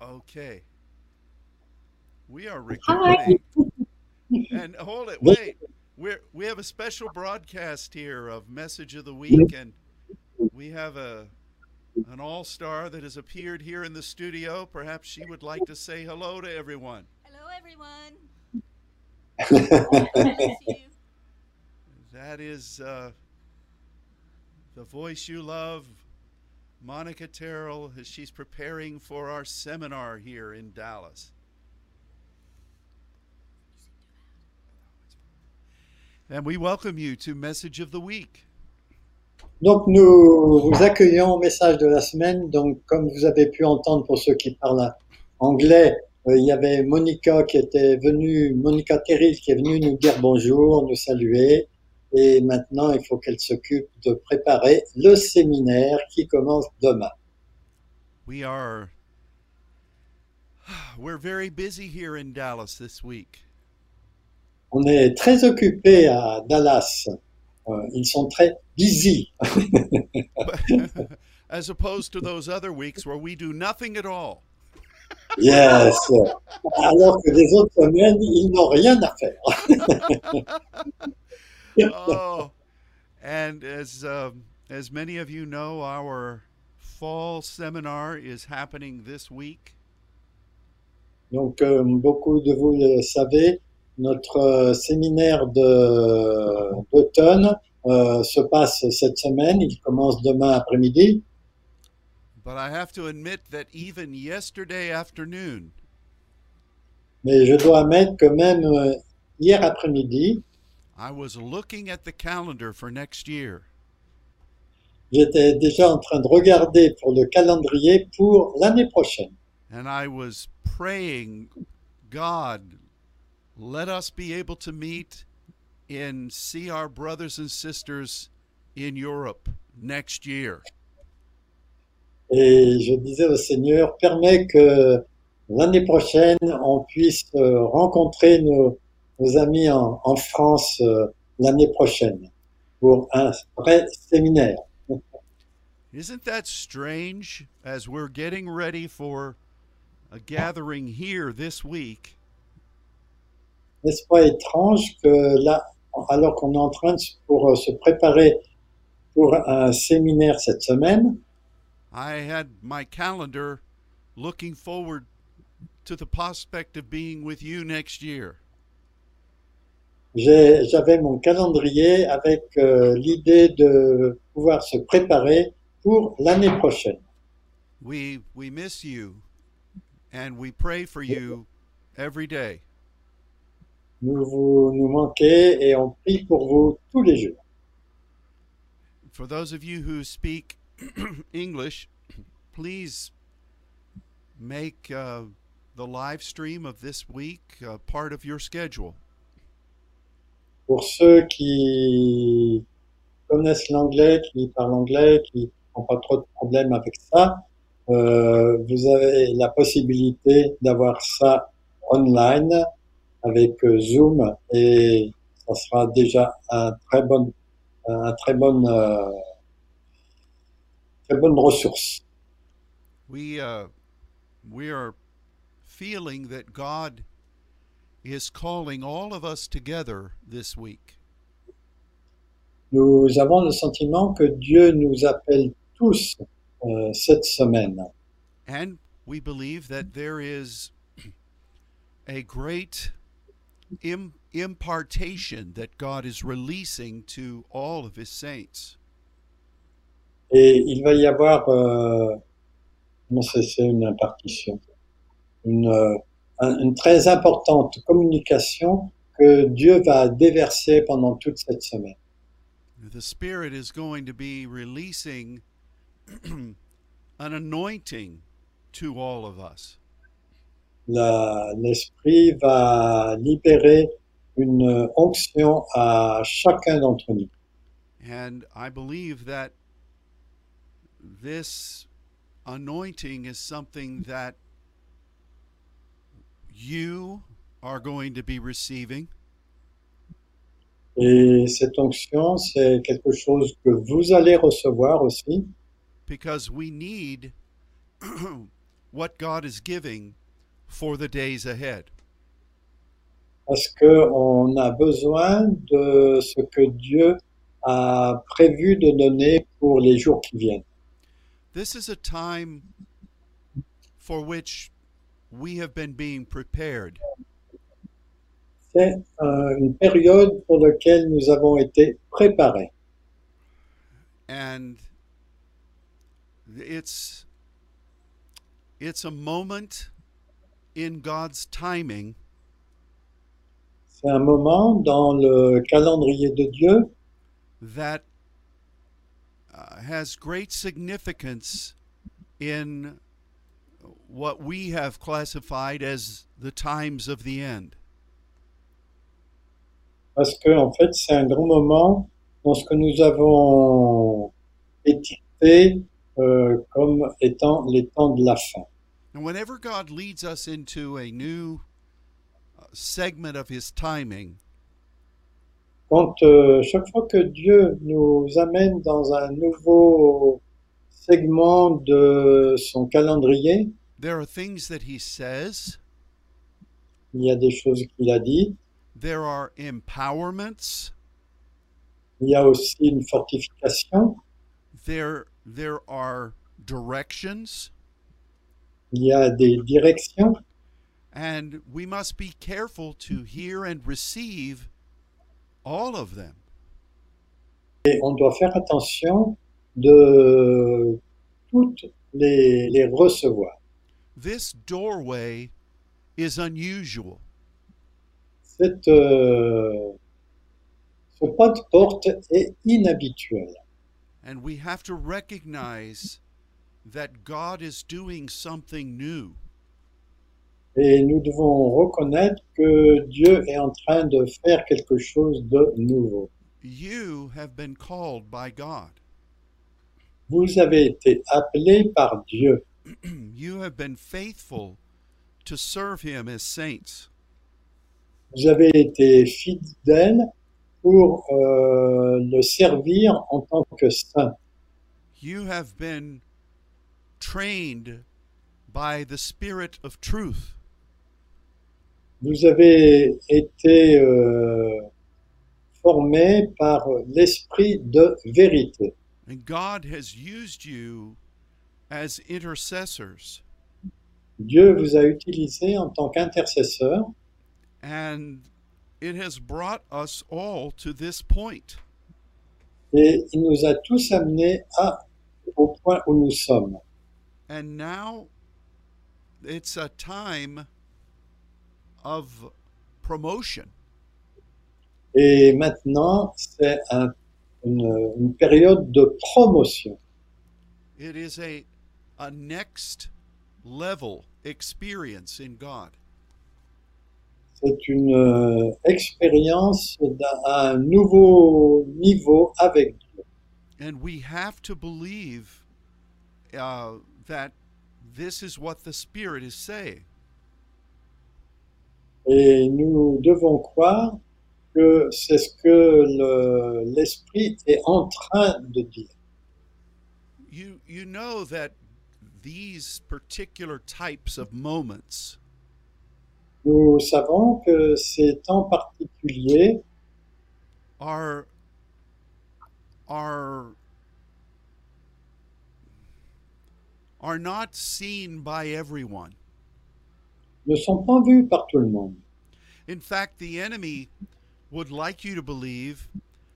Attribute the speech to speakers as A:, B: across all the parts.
A: Okay. We are
B: Hi.
A: recording. And hold it, wait. We're we have a special broadcast here of Message of the Week and we have a an all-star that has appeared here in the studio. Perhaps she would like to say hello to everyone.
C: Hello, everyone. Nice
B: Hi.
C: to see you.
A: That is uh, the voice you love, Monica Terrell, as she's preparing for our seminar here in Dallas. And we welcome you to Message of the Week.
B: Donc nous vous accueillons au message de la semaine. Donc comme vous avez pu entendre pour ceux qui parlent anglais, euh, il y avait Monica qui était venue, Monica Terry qui est venue nous dire bonjour, nous saluer. Et maintenant il faut qu'elle s'occupe de préparer le séminaire qui commence demain.
A: We are we're very busy here in Dallas this week.
B: On est très occupé à Dallas. Euh, Ils sont très busy.
A: As opposed to those other weeks where we do nothing at all.
B: Yes. Alors que les autres semaines, ils n'ont rien à faire.
A: oh, and as um, as many of you know, our fall seminar is happening this week,
B: Donc, euh, beaucoup de vous le savez, notre euh, séminaire de- d'automne euh, se passe cette semaine. Il commence demain après-midi.
A: but I have to admit that even yesterday afternoon,
B: Mais je dois admettre que même euh, hier après-midi,
A: I was looking at the calendar for next year,
B: j'étais déjà en train de regarder pour le calendrier pour l'année prochaine.
A: and I was praying, God, let us be able to meet and see our brothers and sisters in Europe next year.
B: Et je disais au Seigneur, permets que l'année prochaine, on puisse euh, rencontrer nos, nos amis en, en France euh, l'année prochaine pour un vrai séminaire.
A: Isn't that strange as we're getting ready for a gathering here this week
B: N'est-ce pas étrange que là, alors qu'on est en train de se- pour euh, se préparer pour un séminaire cette semaine,
A: I had my calendar looking forward to the prospect of being with you next year
B: j'ai- j'avais mon calendrier avec euh, l'idée de pouvoir se préparer pour l'année prochaine.
A: we we miss you and we pray for you every day
B: Nous vous nous manquez et on prie pour vous tous les jours.
A: for those of you who speak english please make uh, the live stream of this week uh, part of your schedule
B: Pour ceux qui connaissent l'anglais, qui parlent anglais, qui n'ont pas trop de problèmes avec ça, euh, vous avez la possibilité d'avoir ça online avec euh, Zoom et ça sera déjà un très bon, un très bonne, euh, très bonne ressource.
A: we uh, we are feeling that God is calling all of us together this week.
B: Nous avons le sentiment que Dieu nous appelle tous euh, cette semaine.
A: And we believe that there is a great Im- impartation that God is releasing to all of his saints.
B: Et il va y avoir, euh, comment c'est, c'est une impartition, une, euh, un- une très importante communication que Dieu va déverser pendant toute cette semaine.
A: The Spirit is going to be releasing an anointing to all of us.
B: La- L'Esprit va libérer une euh, onction à chacun d'entre nous.
A: And I believe that this anointing is something that you are going to be receiving,
B: Et cette onction, c'est quelque chose que vous allez recevoir aussi,
A: because we need what God is giving for the days ahead.
B: parce qu'on a besoin de ce que Dieu a prévu de donner pour les jours qui viennent.
A: This is a time for which we have been being prepared.
B: C'est euh, une période pour laquelle nous avons été préparés.
A: And it's it's a moment in God's timing
B: C'est un moment dans le calendrier de Dieu
A: that uh, has great significance in what we have classified as the times of the end.
B: parce que en fait c'est un grand moment dans ce que nous avons étiqueté euh, comme étant les temps de la fin.
A: And whenever God leads us into a new uh, segment of his timing,
B: Quand euh, chaque fois que Dieu nous amène dans un nouveau segment de son calendrier,
A: there are things that he says,
B: il y a des choses qu'il a dites,
A: there are empowerments,
B: il y a aussi une fortification,
A: there there are directions,
B: il y a des directions,
A: and we must be careful to hear and receive all of them.
B: et on doit faire attention de toutes les, les recevoir.
A: This doorway is unusual.
B: Cette, euh, ce pas de porte est inhabituel.
A: And we have to recognize that God is doing something new.
B: Et nous devons reconnaître que Dieu est en train de faire quelque chose de nouveau.
A: You have been called by God,
B: Vous avez été appelés par Dieu.
A: you have been faithful to serve Him as saints.
B: Vous avez été fidèles pour euh, le servir en tant que saint.
A: You have been trained by the Spirit of truth.
B: Vous avez été euh, formés par l'esprit de vérité.
A: And God has used you as intercessors.
B: Dieu vous a utilisé en tant qu'intercesseur
A: And it has brought us all to this point.
B: et il nous a tous amenés à, au point où nous sommes.
A: And now it's a time of promotion.
B: Et maintenant, c'est un- une, une période de promotion.
A: It is a, a next level experience in God.
B: C'est une euh, expérience d'un- à un nouveau niveau avec Dieu.
A: And we have to believe uh, that this is what the Spirit is saying.
B: Et nous devons croire que c'est ce que le- l'esprit est en train de dire.
A: You, you know that these particular types of moments
B: Nous savons que ces temps particuliers
A: are are are not seen by everyone.
B: ne sont pas vus par tout le monde.
A: In fact, the enemy would like you to believe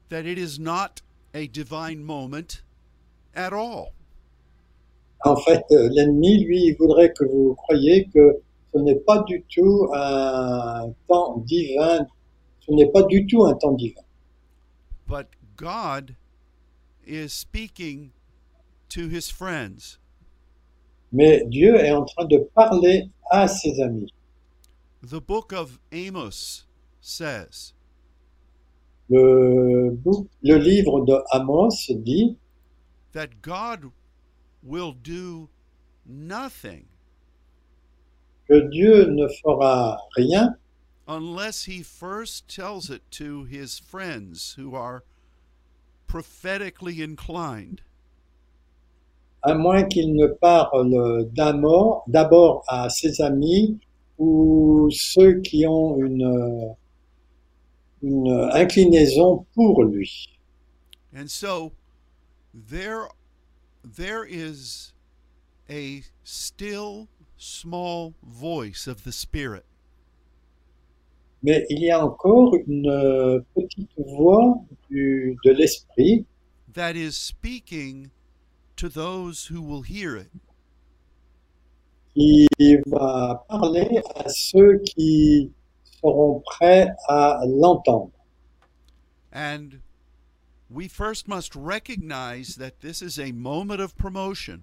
A: that it is not a divine moment at all.
B: En fait, euh, l'ennemi, lui, il voudrait que vous croyiez que ce n'est pas du tout un temps divin. Ce n'est pas du tout un temps divin.
A: But God is speaking to his friends.
B: Mais Dieu est en train de parler à ses amis.
A: The book of Amos says,
B: Le, bou- le livre de Amos dit
A: that God will do nothing
B: que Dieu ne fera rien
A: unless he first tells it to his friends who are prophetically inclined.
B: à moins qu'il ne parle d'abord, d'abord à ses amis ou ceux qui ont une, une inclinaison pour lui.
A: And so there there is a still small voice of the spirit.
B: Mais il y a encore une euh, petite voix du, de l'esprit
A: that is speaking to those who will hear it.
B: qui va parler à ceux qui seront prêts à l'entendre.
A: And we first must recognize that this is a moment of promotion.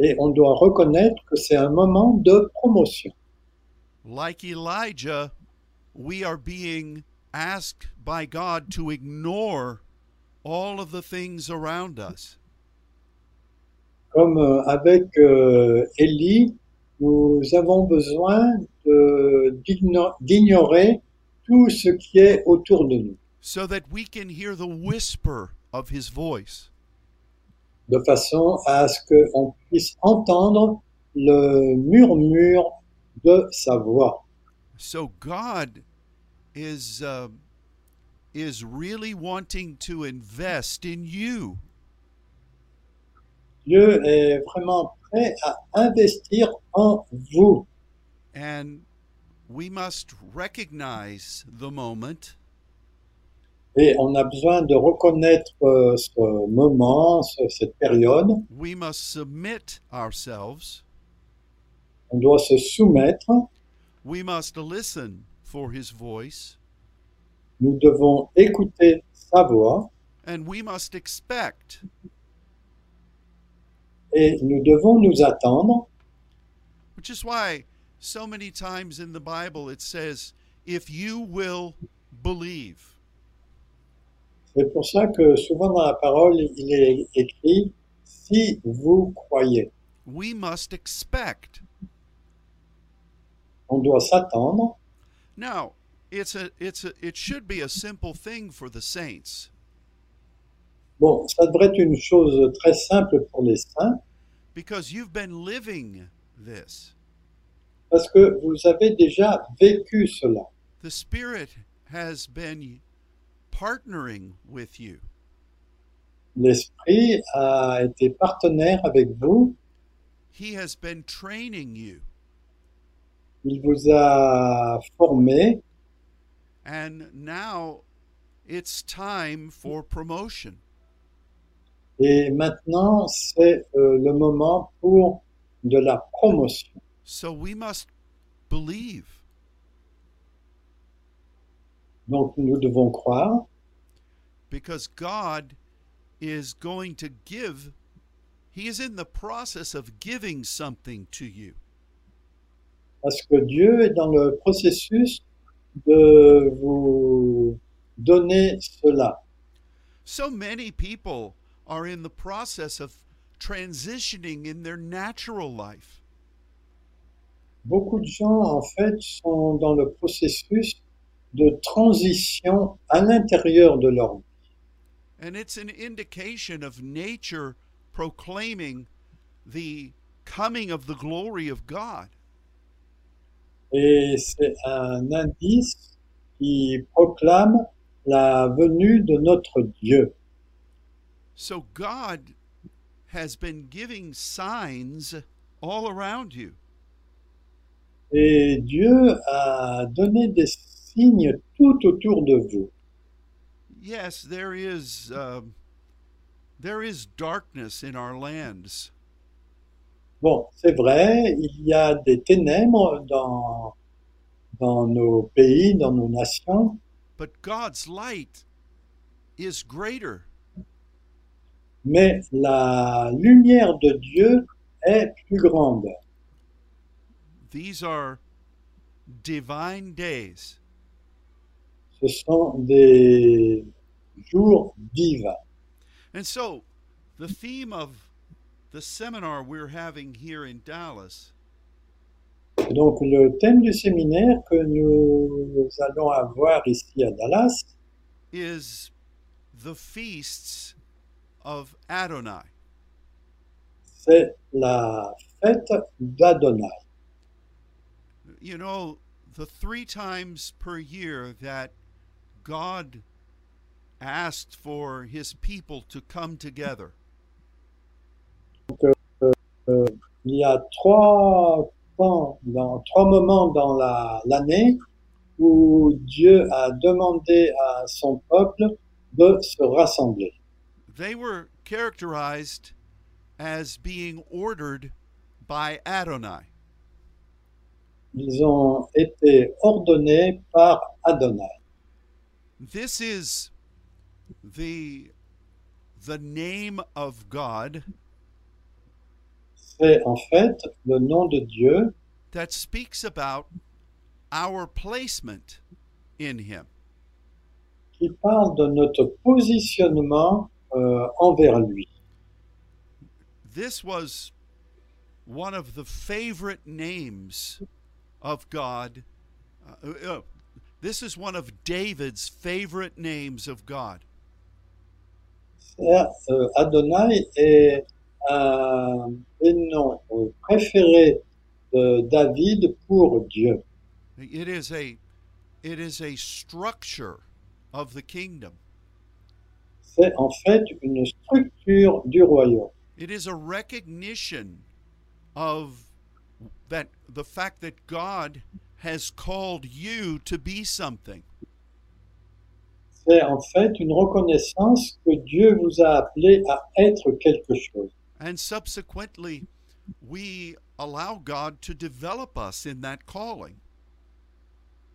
B: Et on doit reconnaître que c'est un moment de promotion.
A: Like Elijah, we are being asked by God to ignore all of the things around us.
B: Comme euh, avec euh, Élie, nous avons besoin de- d'igno- d'ignorer tout ce qui est autour de nous,
A: so that we can hear the whisper of his voice.
B: de façon à ce qu'on puisse entendre le murmure de sa voix.
A: So God is uh, is really wanting to invest in you.
B: Dieu est vraiment prêt à investir en vous.
A: And we must recognize the moment
B: Et on a besoin de reconnaître euh, ce moment, ce- cette période.
A: we must submit ourselves.
B: On doit se soumettre.
A: We must listen for his voice
B: Nous devons écouter sa voix
A: and we must expect.
B: et nous devons nous attendre.
A: Which is why so many times in the Bible it says if you will believe.
B: C'est pour ça que souvent dans la parole, il est écrit si vous croyez.
A: We must expect.
B: On doit s'attendre.
A: Now, it's a it's a it should be a simple thing for the saints
B: Bon, ça devrait être une chose très simple pour les saints
A: because you've been living this.
B: parce que vous avez déjà vécu cela.
A: The spirit has been partnering with you.
B: L'Esprit a été partenaire avec vous.
A: He has been training you
B: Il vous a formé
A: and now it's time for promotion.
B: et maintenant c'est euh, le moment pour de la promotion.
A: So we must believe.
B: Donc nous devons croire
A: because God is going to give, He is in the process of giving something to you.
B: parce que Dieu est dans le processus de vous donner cela.
A: So many people are in the process of transitioning in their natural life.
B: Beaucoup de gens en fait sont dans le processus de transition à l'intérieur de leur vie.
A: And it's an indication of nature proclaiming the coming of the glory of God.
B: Et c'est un indice qui proclame la venue de notre Dieu.
A: So God has been giving signs all around you.
B: Et Dieu a donné des signes tout autour de vous.
A: Yes, there is um, there is darkness in our lands,
B: Bon, c'est vrai, il y a des ténèbres dans, dans nos pays, dans nos nations,
A: but God's light is greater.
B: mais la lumière de Dieu est plus grande.
A: These are divine days.
B: Ce sont des jours divins.
A: And so, the theme of the seminar we're having here in Dallas
B: Donc le thème du séminaire que nous allons avoir ici à Dallas,
A: is the feasts of Adonai.
B: c'est la fête d'Adonai.
A: You know, the three times per year that God asked for his people to come together.
B: Euh, il y a trois temps, dans trois moments dans la- l'année où Dieu a demandé à son peuple de se rassembler.
A: They were characterized as being ordered by Adonai.
B: Ils ont été ordonnés par Adonai.
A: This is the the name of God
B: C'est en fait le nom de Dieu
A: that speaks about our placement in him.
B: qui parle de notre positionnement euh, envers lui.
A: This was one of the favorite names of God. Uh, uh, this is one of David's favorite names of God.
B: C'est-à-dire, euh, Adonai est un des noms euh, préférés de David pour Dieu.
A: It is a it is a structure of the kingdom.
B: C'est en fait une structure du royaume.
A: It is a recognition of that the fact that God has called you to be something.
B: C'est en fait une reconnaissance que Dieu vous a appelé à être quelque chose.
A: And subsequently, we allow God to develop us in that calling.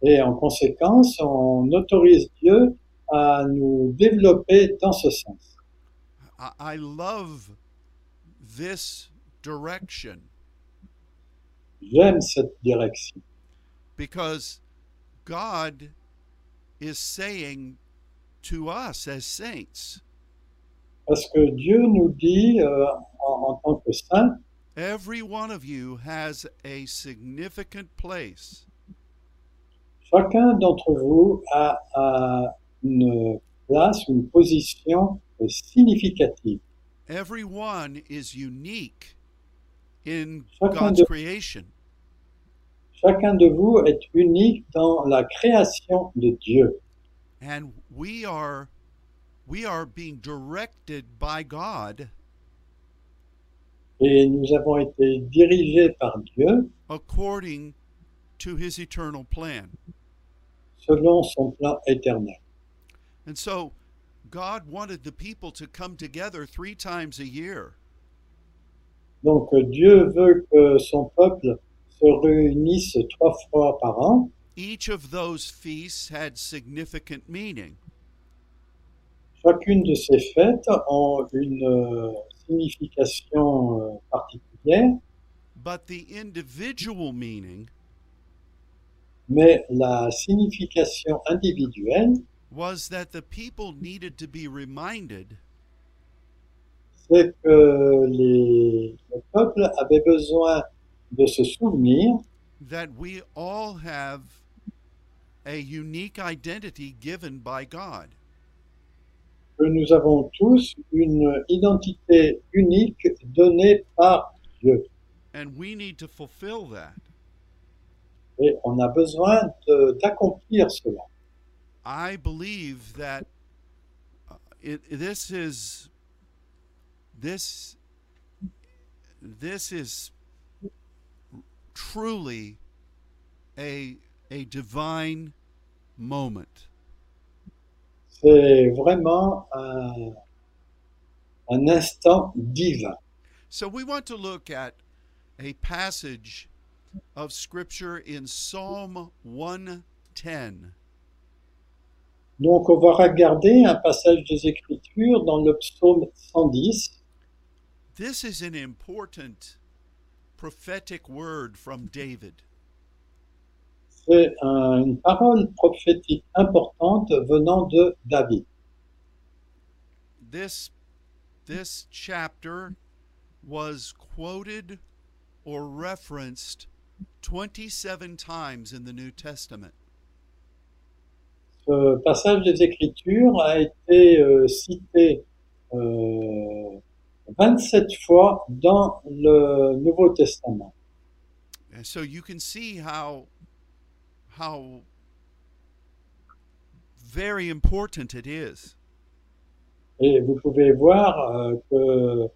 B: Et en conséquence, on autorise Dieu à nous développer dans ce sens.
A: I, I love this direction
B: J'aime cette direction.
A: because God is saying to us as saints,
B: Parce que Dieu nous dit euh, en, en tant que saint,
A: every one of you has a significant place.
B: chacun d'entre vous a, a une place, une position euh, significative.
A: Everyone is unique in
B: Chacun
A: God's
B: de-
A: creation.
B: Chacun de vous est unique dans la création de Dieu.
A: And we are we are being directed by God
B: Et nous avons été dirigés par Dieu
A: according to his eternal plan.
B: selon son plan éternel.
A: And so God wanted the people to come together three times a year
B: Donc euh, Dieu veut que son peuple se réunisse trois fois par an.
A: Each of those feasts had significant meaning.
B: Chacune de ces fêtes ont une euh, signification euh, particulière.
A: But the individual meaning
B: mais la signification individuelle,
A: was that the people needed to be reminded
B: c'est que les, le peuple avait besoin de se souvenir
A: that we all have a unique identity given by God.
B: que nous avons tous une identité unique donnée par Dieu.
A: And we need to fulfill that.
B: Et on a besoin de- d'accomplir cela.
A: I believe that uh, it, this is this this is truly a a divine moment.
B: C'est vraiment un, un instant divin.
A: So we want to look at a passage of scripture in Psalm 110
B: Donc on va regarder un passage des Écritures dans le psaume 110.
A: This is an important prophetic word from David.
B: C'est un- une parole prophétique importante venant de David.
A: This this chapter was quoted or referenced 27 times in the New Testament.
B: Ce passage des Écritures a été euh, cité euh, 27 fois dans le Nouveau Testament.
A: And so you can see how how very important it is.
B: Et vous pouvez voir euh, que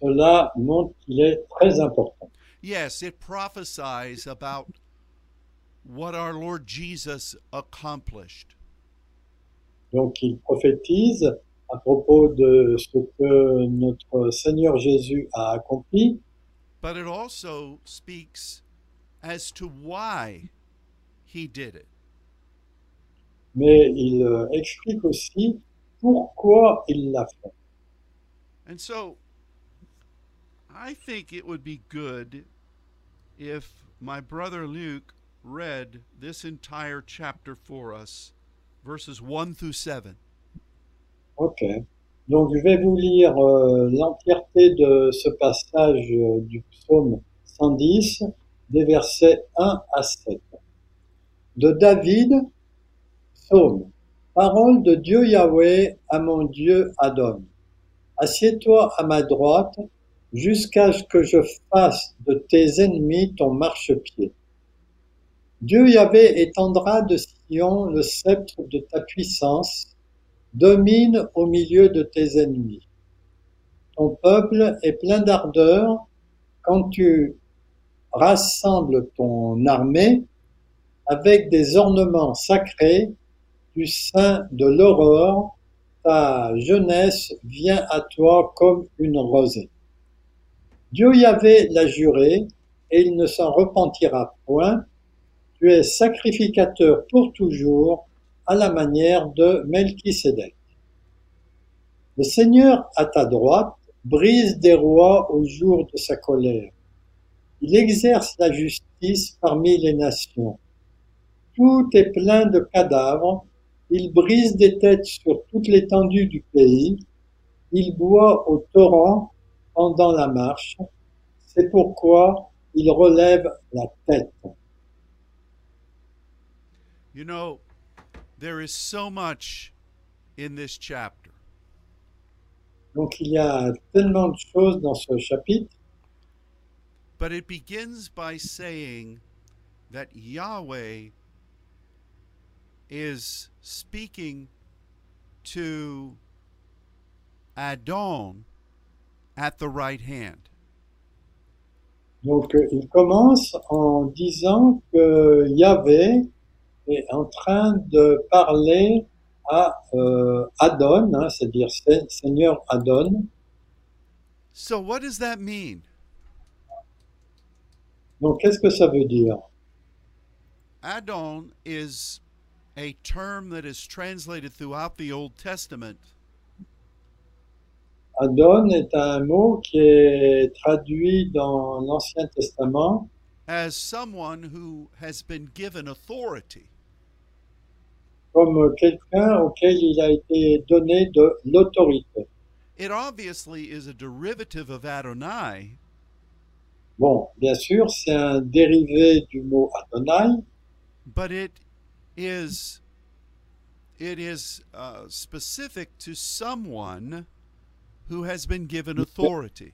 B: cela montre qu'il est très important.
A: Yes, it prophesies about what our Lord Jesus accomplished.
B: Donc il prophétise à propos de ce que notre Seigneur Jésus a accompli,
A: But it also speaks as to why he did it.
B: mais il euh, explique aussi pourquoi il l'a fait.
A: And so I think it would be good if my brother Luke read this entire chapter for us, verses 1 through 7.
B: Ok. Donc je vais vous lire euh, l'entièreté de ce passage euh, du psaume 110, des versets 1 à 7. De David, psaume. Parole de Dieu Yahweh à mon Dieu Adon. Assieds-toi à ma droite jusqu'à ce que je fasse de tes ennemis ton marchepied. Dieu Yahvé étendra de Sion le sceptre de ta puissance domine au milieu de tes ennemis. Ton peuple est plein d'ardeur quand tu rassembles ton armée avec des ornements sacrés du sein de l'aurore, ta jeunesse vient à toi comme une rosée. Dieu y avait l'a juré et il ne s'en repentira point. Tu es sacrificateur pour toujours à la manière de Melchisédek. Le Seigneur à ta droite brise des rois au jour de sa colère. Il exerce la justice parmi les nations. Tout est plein de cadavres. Il brise des têtes sur toute l'étendue du pays. Il boit au torrent pendant la marche. C'est pourquoi il relève la tête.
A: You know, there is so much in this chapter.
B: Donc il y a tellement de choses dans ce chapitre,
A: But it begins by saying that Yahweh is speaking to Adon at the right hand.
B: Donc, euh, il commence en disant que Yahvé est en train de parler à euh, Adon, hein, c'est-à-dire Se- Seigneur Adon.
A: So, what does that mean?
B: Donc, qu'est-ce que ça veut dire
A: Adon is a term that is translated throughout the Old Testament
B: Adon est un mot qui est traduit dans l'Ancien Testament
A: as someone who has been given authority.
B: comme quelqu'un auquel il a été donné de l'autorité.
A: It obviously is a derivative of Adonai,
B: Bon, bien sûr, c'est un dérivé du mot Adonai,
A: but it is it is uh, specific to someone who has been given authority.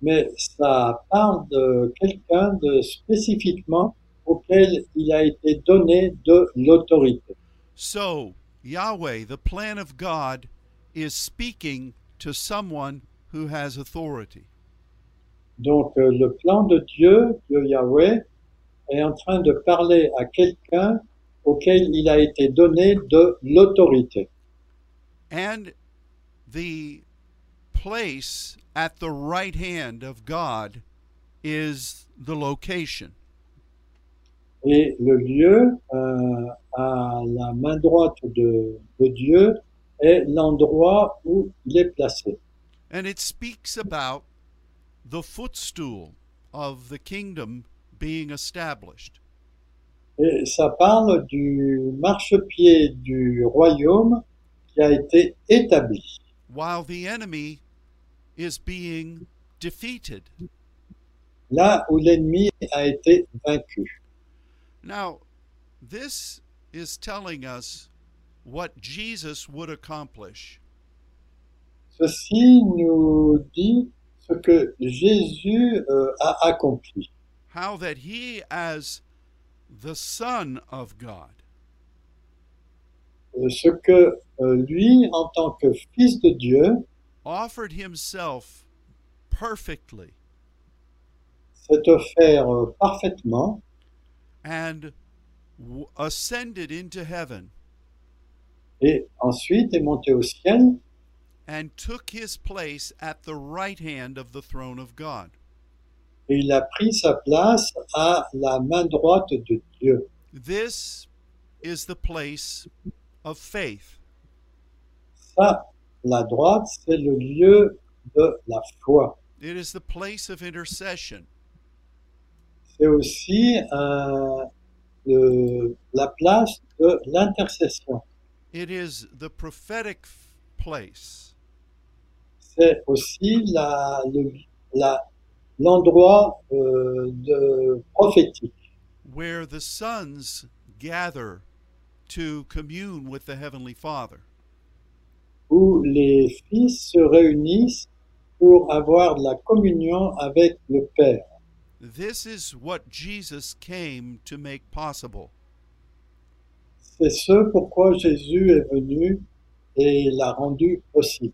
B: mais ça parle de quelqu'un de spécifiquement auquel il a été donné de l'autorité.
A: So Yahweh, the plan of God, is speaking to someone who has authority.
B: Donc euh, le plan de Dieu, Dieu Yahweh, est en train de parler à quelqu'un auquel il a été donné de l'autorité.
A: And the place at the right hand of God is the location.
B: Et le lieu euh, à la main droite de, de Dieu est l'endroit où il est placé.
A: And it speaks about the footstool of the kingdom being established.
B: Et ça parle du marchepied du royaume qui a été établi
A: while the enemy is being defeated.
B: là où l'ennemi a été vaincu.
A: Now, this is telling us what Jesus would accomplish.
B: Ceci nous dit ce que Jésus euh, a accompli.
A: how that he, as the Son of God,
B: Euh, ce que euh, lui, en tant que fils de Dieu,
A: offered himself perfectly
B: s'est offert euh, parfaitement
A: and w- ascended into heaven
B: et ensuite est monté au ciel
A: and took his place at the right hand of the throne of God.
B: et il a pris sa place à la main droite de Dieu.
A: This is the place of faith.
B: Ça, la droite, c'est le lieu de la foi.
A: It is the place of intercession.
B: C'est aussi euh, le- la place de l'intercession.
A: It is the prophetic f- place.
B: c'est aussi la, le- la- l'endroit euh, de prophétique
A: where the sons gather to commune with the Heavenly Father.
B: où les fils se réunissent pour avoir de la communion avec le Père.
A: This is what Jesus came to make possible.
B: C'est ce pourquoi Jésus est venu et l'a rendu possible.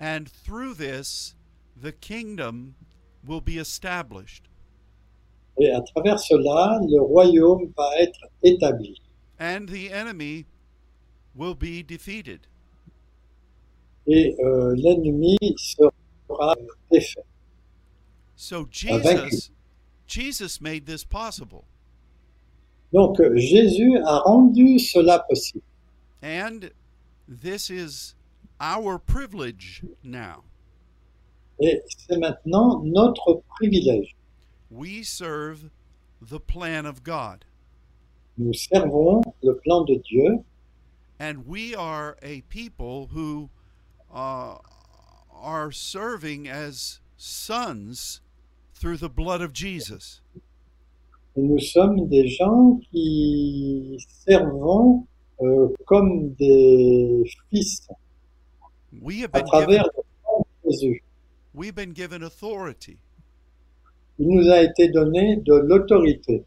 A: And through this, the kingdom will be established.
B: Et à travers cela, le royaume va être établi
A: And the enemy will be defeated.
B: et euh, l'ennemi sera euh, défait.
A: So
B: Ah, thank you.
A: Jesus Jesus made this possible.
B: Donc euh, Jésus a rendu cela possible.
A: And this is our privilege now.
B: Et c'est maintenant notre privilège.
A: We serve the plan of God.
B: Nous servons le plan de Dieu
A: and we are a people who uh, are serving as sons through the blood of Jesus.
B: et nous sommes des gens qui servons euh, comme des fils
A: We have
B: à
A: been given,
B: travers le sang de Jésus.
A: we've been given authority
B: Il nous a été donné de l'autorité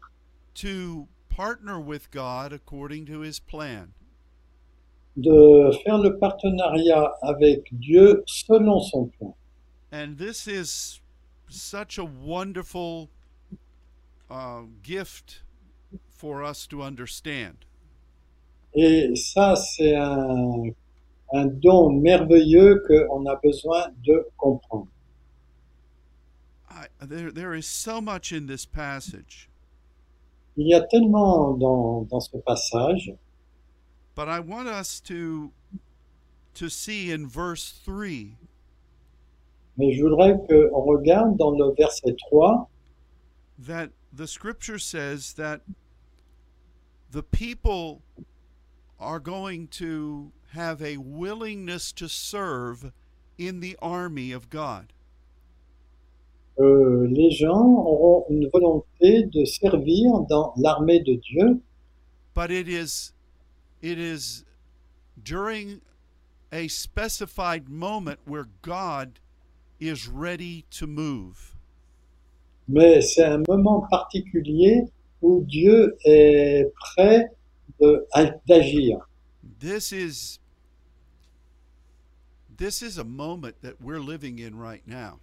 A: to partner with God according to His plan.
B: de faire le partenariat avec Dieu selon son plan.
A: And this is such a wonderful uh, gift for us to understand.
B: Et ça, c'est un, un don merveilleux qu'on a besoin de comprendre.
A: I, there, there is so much in this passage,
B: Il y a tellement dans, dans ce passage,
A: but I want us to to see in verse 3
B: mais je voudrais qu'on regarde dans le verset 3
A: that the scripture says that the people are going to have a willingness to serve in the army of God.
B: Euh, les gens auront une volonté de servir dans l'armée de Dieu,
A: But it is it is during a specified moment where God is ready to move.
B: mais c'est un moment particulier où Dieu est prêt de- à- d'agir.
A: This is this is a moment that we're living in right now.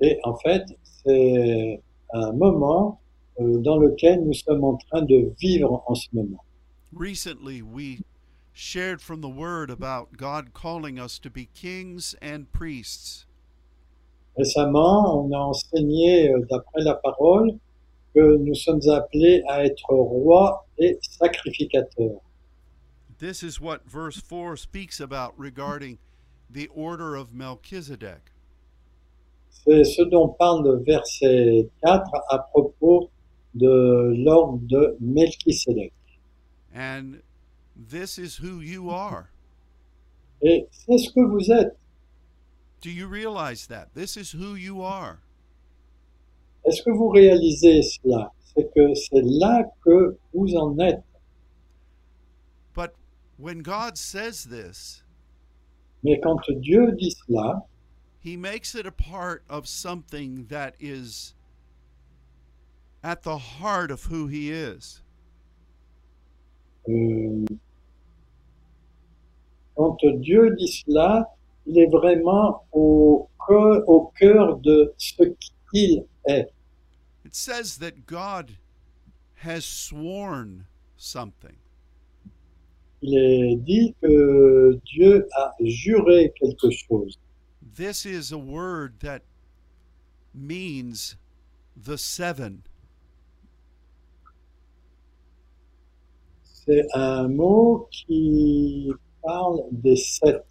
B: Et en fait, c'est un moment euh, dans lequel nous sommes en train de vivre en ce moment.
A: Recently, we shared from the Word about God calling us to be kings and priests.
B: Récemment, on a enseigné, euh, d'après la parole, que nous sommes appelés à être rois et sacrificateurs.
A: This is what verse 4 speaks about regarding the order of Melchizedek.
B: C'est ce dont parle le verset 4 à propos de l'ordre de Melchisedec.
A: And this is who you are.
B: Et c'est ce que vous êtes.
A: Do you realize that? This is who you are.
B: Est-ce que vous réalisez cela C'est que c'est là que vous en êtes.
A: But when God says this,
B: Mais quand Dieu dit cela,
A: He makes it a part of something that is at the heart of who He is.
B: euh, quand Dieu dit cela, il est vraiment au cœur, au cœur de ce qu'il est.
A: It says that God has sworn something.
B: Il est dit que Dieu a juré quelque chose.
A: This is a word that means the seven.
B: C'est un mot qui parle des sept,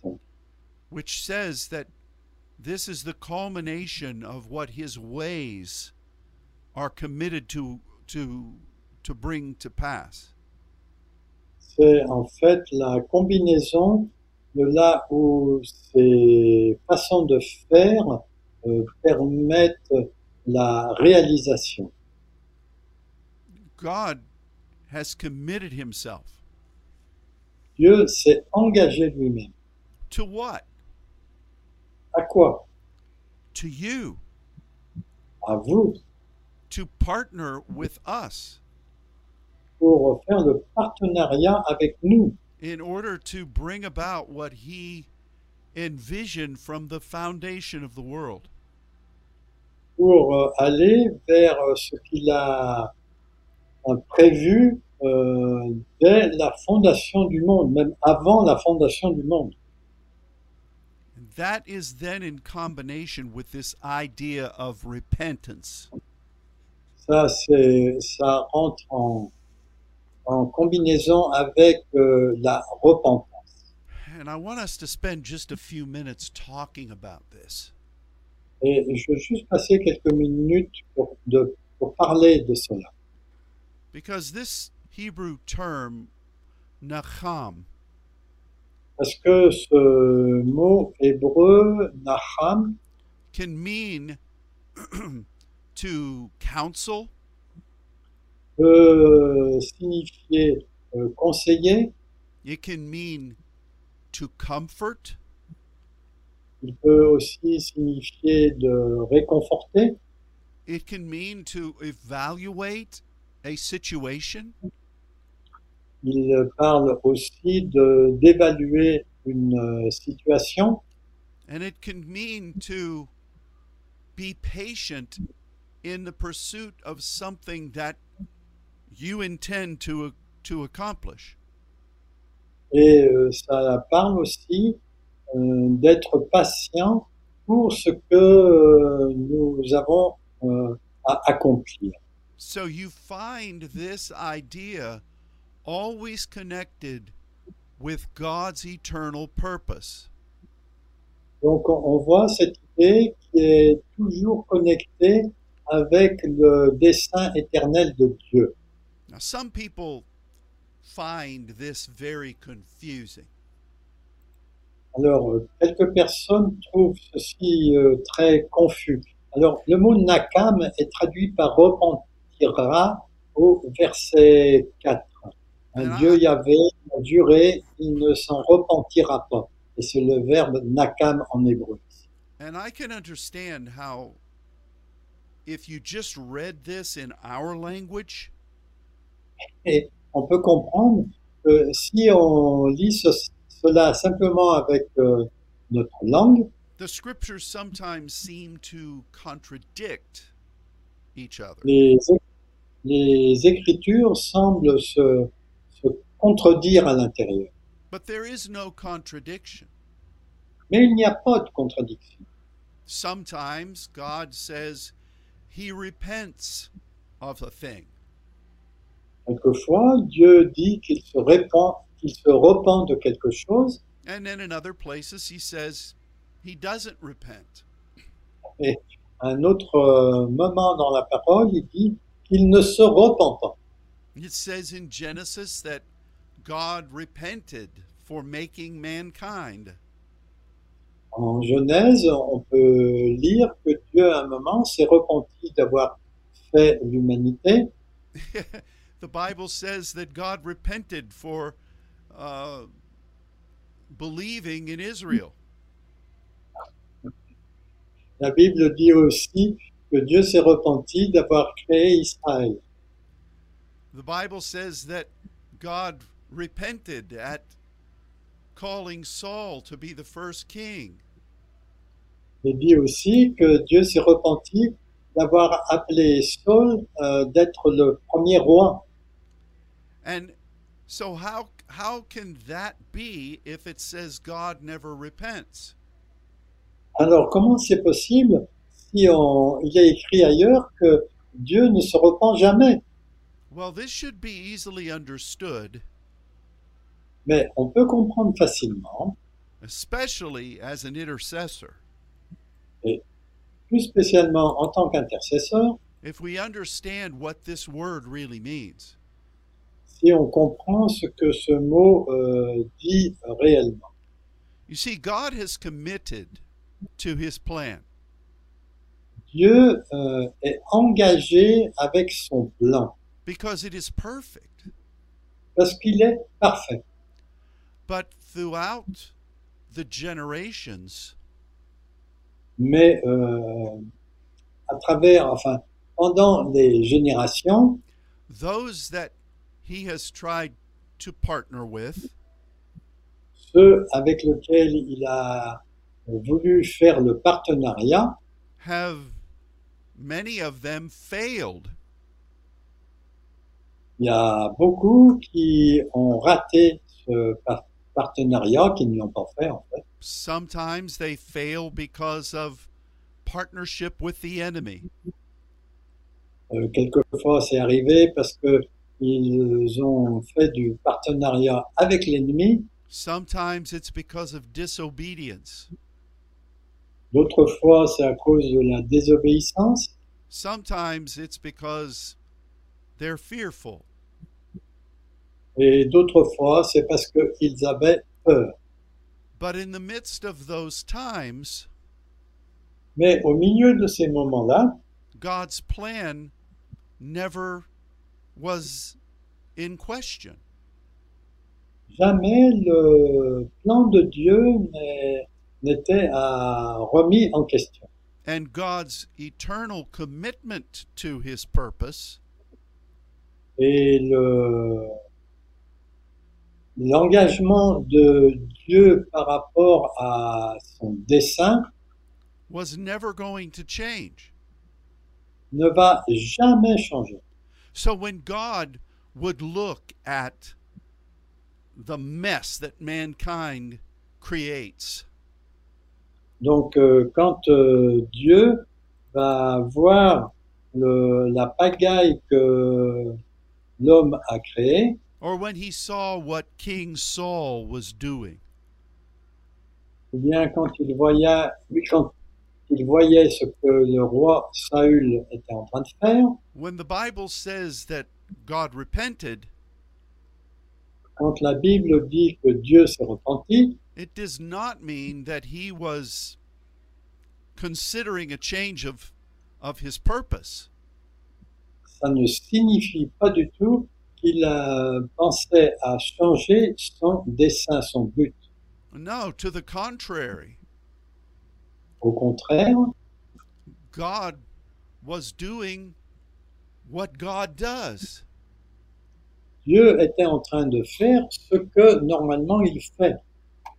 A: which says that this is the culmination of what his ways are committed to to to bring to pass.
B: c'est en fait la combinaison de là où ces façons de faire euh, permettent la réalisation.
A: God has committed himself
B: Dieu s'est engagé lui-même.
A: to what?
B: À quoi
A: To you,
B: À vous,
A: to partner with us
B: pour faire le partenariat avec nous,
A: in order to bring about what he envisioned from the foundation of the world.
B: pour euh, aller vers euh, ce qu'il a euh, prévu euh, dès la fondation du monde, même avant la fondation du monde.
A: And that is then in combination with this idea of repentance.
B: Ça, c'est, ça rentre en, en combinaison avec euh, la repentance.
A: And I want us to spend just a few minutes talking about this
B: Et je veux juste passer quelques minutes pour, de- pour parler de cela.
A: because this Hebrew term, nacham,
B: Parce que ce mot hébreu, Naham,
A: can mean to counsel,
B: peut euh, signifier euh, conseiller,
A: it can mean to comfort,
B: il peut aussi signifier de réconforter,
A: it can mean to evaluate a situation,
B: il parle aussi de d'évaluer une euh, situation,
A: and it can mean to be patient in the pursuit of something that you intend to, to accomplish.
B: et euh, ça parle aussi euh, d'être patient pour ce que euh, nous avons euh, à accomplir.
A: So you find this idea always connected with God's eternal purpose.
B: Donc on on voit cette idée qui est toujours connectée avec le dessein éternel de Dieu.
A: Now, some people find this very confusing.
B: Alors euh, quelques personnes trouvent ceci euh, très confus. Alors le mot nakam est traduit par repentira au verset 4. Un
A: Ah.
B: Dieu Yahvé a juré, il ne s'en repentira pas. Et c'est le verbe nakam en hébreu.
A: And I can understand how, if you just read this in our language,
B: Et on peut comprendre que si on lit ce- cela simplement avec euh, notre langue,
A: the scriptures sometimes seem to contradict each other.
B: les, les écritures semblent se, se contredire à l'intérieur.
A: But there is no contradiction.
B: Mais il n'y a pas de contradiction.
A: Sometimes God says he repents of a thing.
B: Quelquefois, Dieu dit qu'il se répand, qu'il se repent de quelque chose,
A: And then in other places, he says he doesn't repent.
B: et à un autre euh, moment dans la parole, il dit qu'il ne se repent pas.
A: It says in Genesis that God repented for making mankind.
B: En Genèse, on peut lire que Dieu, à un moment, s'est repenti d'avoir fait l'humanité.
A: the Bible says that God repented for uh, believing in Israel.
B: La Bible dit aussi que Dieu s'est repenti d'avoir créé Israël.
A: The Bible says that God repented at calling Saul to be the first king.
B: Il dit aussi que Dieu s'est repenti d'avoir appelé Saul euh, d'être le premier roi.
A: And so how how can that be if it says God never repents?
B: Alors comment c'est possible si on, il y a écrit ailleurs que Dieu ne se repent jamais
A: Well, this should be easily understood,
B: Mais on peut comprendre facilement,
A: especially as an intercessor.
B: plus spécialement en tant qu'intercesseur,
A: If we understand what this word really means.
B: si on comprend ce que ce mot euh, dit réellement.
A: You see, God has committed to his plan.
B: Dieu euh, est engagé avec son plan
A: because it is perfect.
B: parce qu'il est parfait.
A: But throughout the generations,
B: Mais euh, à travers, enfin, pendant les générations,
A: those that he has tried to partner with
B: ceux avec lesquels il a voulu faire le partenariat,
A: have many of them failed.
B: il y a beaucoup qui ont raté ce par- partenariat, qui ne l'ont pas fait en fait.
A: Sometimes they fail because of partnership with the enemy.
B: Euh, quelquefois, c'est arrivé parce que ils ont fait du partenariat avec l'ennemi.
A: Sometimes it's because of disobedience.
B: D'autres fois, c'est à cause de la désobéissance.
A: Sometimes it's because they're fearful.
B: Et d'autres fois, c'est parce qu'ils avaient peur.
A: But in the midst of those times,
B: Mais au milieu de ces moments-là,
A: God's plan never was in question.
B: jamais le plan de Dieu n'est- n'était à- remis en question.
A: And God's eternal commitment to his purpose
B: Et le- l'engagement de Dieu par rapport à son dessein
A: was never going to change.
B: ne va jamais changer.
A: So when God would look at the mess that mankind creates,
B: Donc, euh, quand euh, Dieu va voir le- la pagaille que l'homme a créée,
A: or when he saw what King Saul was doing,
B: ou bien quand il voyait, quand il voyait ce que le roi Saül était en train de faire,
A: when the Bible says that God repented,
B: quand la Bible dit que Dieu s'est repenti,
A: it does not mean that he was considering a change of of his purpose
B: ça ne signifie pas du tout qu'il euh, pensait à changer son dessein, son but.
A: no to the contrary
B: Au contraire,
A: god was doing what god does
B: Dieu était en train de faire ce que normalement il fait.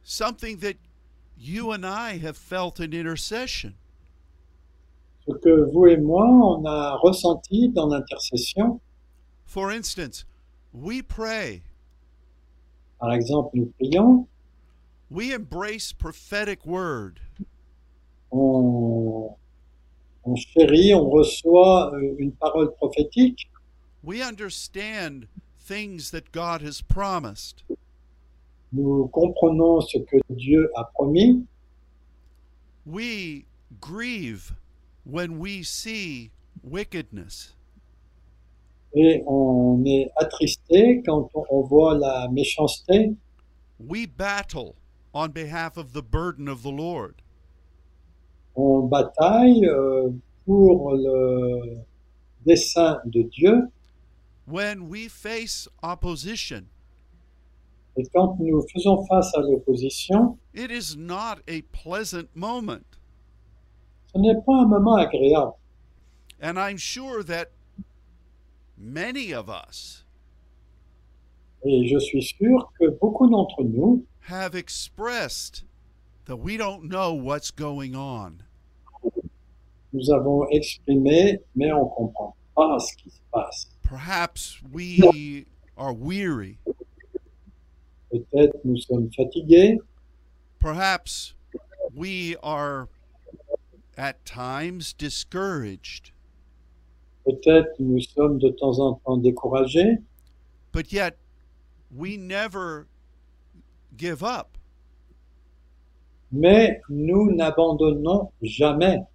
A: something that you and i have felt in intercession
B: ce que vous et moi, on a ressenti dans l'intercession.
A: for instance we pray
B: Par exemple, nous prions,
A: we embrace prophetic word
B: on, on chérit, on reçoit euh, une parole prophétique,
A: we understand things that god has promised
B: nous comprenons ce que Dieu a promis,
A: We grieve when we see wickedness.
B: et on est attristé quand on, on voit la méchanceté,
A: We battle on behalf of the burden of the Lord.
B: on bataille euh, pour le dessein de Dieu,
A: When we face opposition,
B: et quand nous faisons face à l'opposition,
A: it is not a pleasant moment.
B: Ce n'est pas un moment agréable.
A: And I'm sure that many of us
B: Et je suis sûr que beaucoup d'entre nous
A: have expressed that we don't know what's going on.
B: nous avons exprimé, mais on comprend pas ce qui se passe.
A: Perhaps we are weary.
B: Peut-être nous sommes fatigués,
A: Perhaps we are at times discouraged.
B: peut-être nous sommes de temps en temps découragés,
A: But yet, we never give up.
B: mais nous n'abandonnons jamais.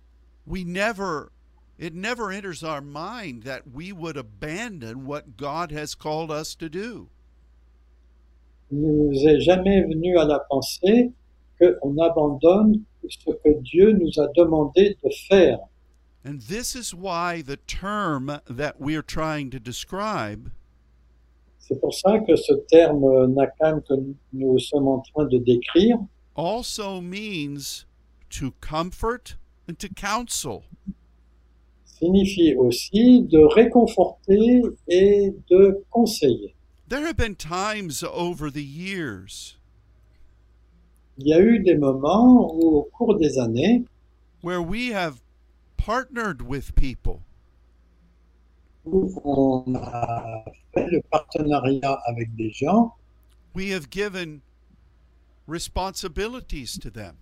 A: We never, it never enters our mind that we would abandon what God has called us to do.
B: Il ne nous est jamais venu à la pensée qu'on abandonne ce que Dieu nous a demandé de faire.
A: And this is why the term that we're trying to describe
B: C'est pour ça que ce terme euh, nakam que nous sommes en train de décrire
A: also means to comfort and to counsel.
B: signifie aussi de réconforter et de conseiller.
A: There have been times over the years
B: Il y a eu des moments où, au cours des années,
A: where we have partnered with people
B: où on a fait le partenariat avec des gens,
A: we have given responsibilities to them.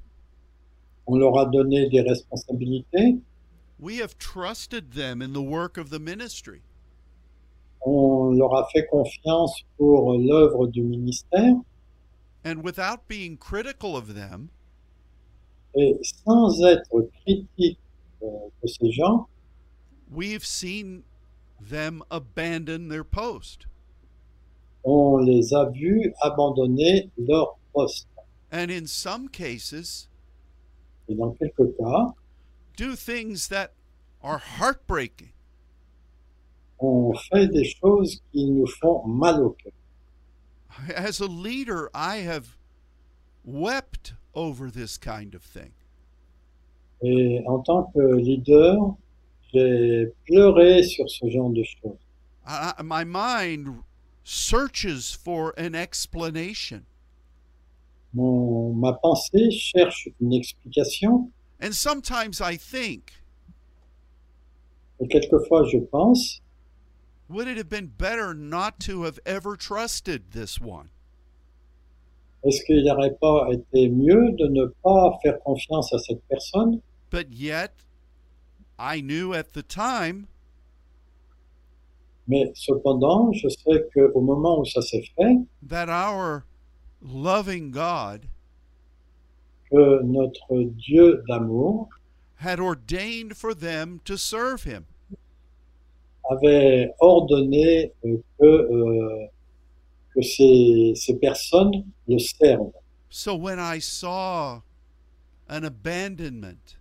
B: on leur a donné des responsabilités,
A: We have trusted them in the work of the ministry.
B: on leur a fait confiance pour l'œuvre du ministère,
A: And without being critical of them,
B: et sans être critique euh, de ces gens,
A: we've seen them abandon their post.
B: on les a vus abandonner leur poste.
A: And in some cases,
B: Et dans quelques cas,
A: do things that are heartbreaking.
B: on fait des choses qui nous font mal au cœur.
A: As a leader, I have wept over this kind of thing.
B: Et en tant que leader, j'ai pleuré sur ce genre de choses.
A: I, I- my mind searches for an explanation.
B: Mon, ma pensée cherche une explication
A: And sometimes I think,
B: et quelquefois je pense,
A: would it have been better not to have ever trusted this one?
B: est-ce qu'il n'aurait pas été mieux de ne pas faire confiance à cette personne
A: But yet, I knew at the time
B: Mais cependant, je sais qu'au moment où ça s'est fait,
A: that our loving God
B: que notre Dieu d'amour
A: had ordained for them to serve him.
B: avait ordonné euh, que, euh, que ces, ces personnes le servent.
A: So when I saw an abandonment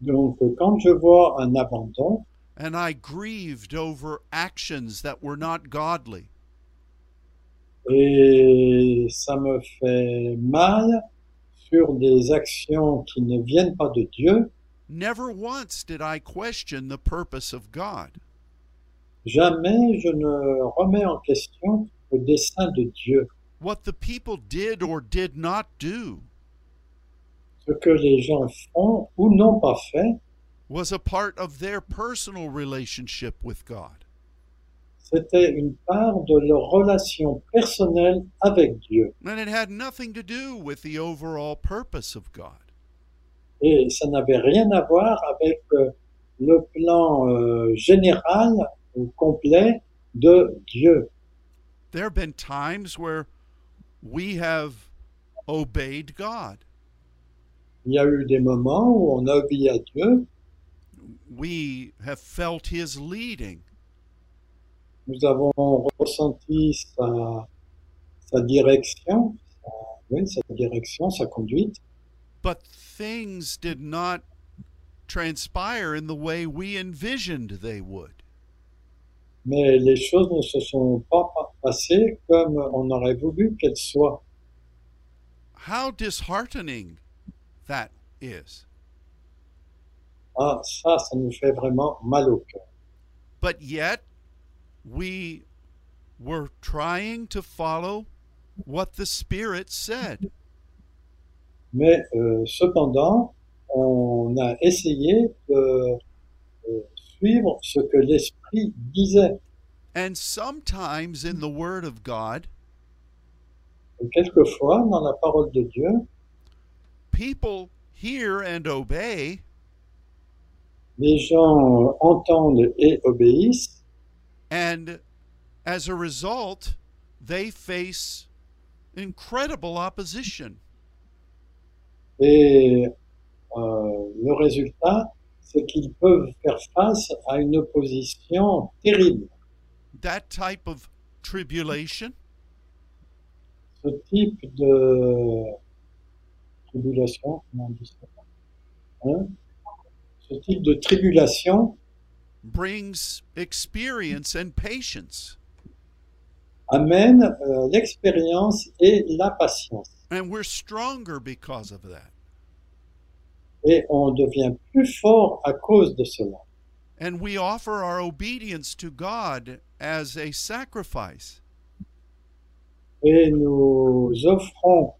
B: Donc euh, quand je vois un abandon,
A: and I grieved over actions that were not godly,
B: Et ça me fait mal sur des actions qui ne viennent pas de Dieu.
A: never once did I question the purpose of God.
B: Jamais je ne remets en question le dessein de Dieu,
A: What the people did or did not do
B: ce que les gens font ou n'ont pas fait.
A: was a part of their personal relationship with God.
B: C'était une part de leur relation personnelle avec Dieu.
A: And it had nothing to do with the overall purpose of God.
B: Et ça n'avait rien à voir avec euh, le plan euh, général ou complet de Dieu.
A: There have been times where we have obeyed God.
B: Il y a eu des moments où on a obéi à Dieu,
A: We have felt His leading.
B: nous avons ressenti sa, sa direction, sa- oui, sa direction, sa conduite,
A: But things did not transpire in the way we envisioned they would.
B: mais les choses ne se sont pas pa- passées comme on aurait voulu qu'elles soient.
A: How disheartening that is.
B: Ah, ça, ça nous fait vraiment mal au cœur.
A: But yet, we were trying to follow what the Spirit said.
B: Mais euh, cependant, on a essayé de euh, suivre ce que l'Esprit disait.
A: And sometimes in the Word of God,
B: Et quelquefois, dans la parole de Dieu,
A: people hear and obey,
B: les gens euh, entendent et obéissent,
A: and as a result, they face incredible opposition.
B: et euh, le résultat, c'est qu'ils peuvent faire face à une opposition terrible.
A: That type of tribulation
B: Ce type de tribulation, comment on dit ça Hein Ce type de tribulation
A: brings experience and patience.
B: amène euh, l'expérience et la patience.
A: And we're stronger because of that.
B: Et on devient plus fort à cause de cela.
A: And we offer our obedience to God as a sacrifice.
B: Et nous offrons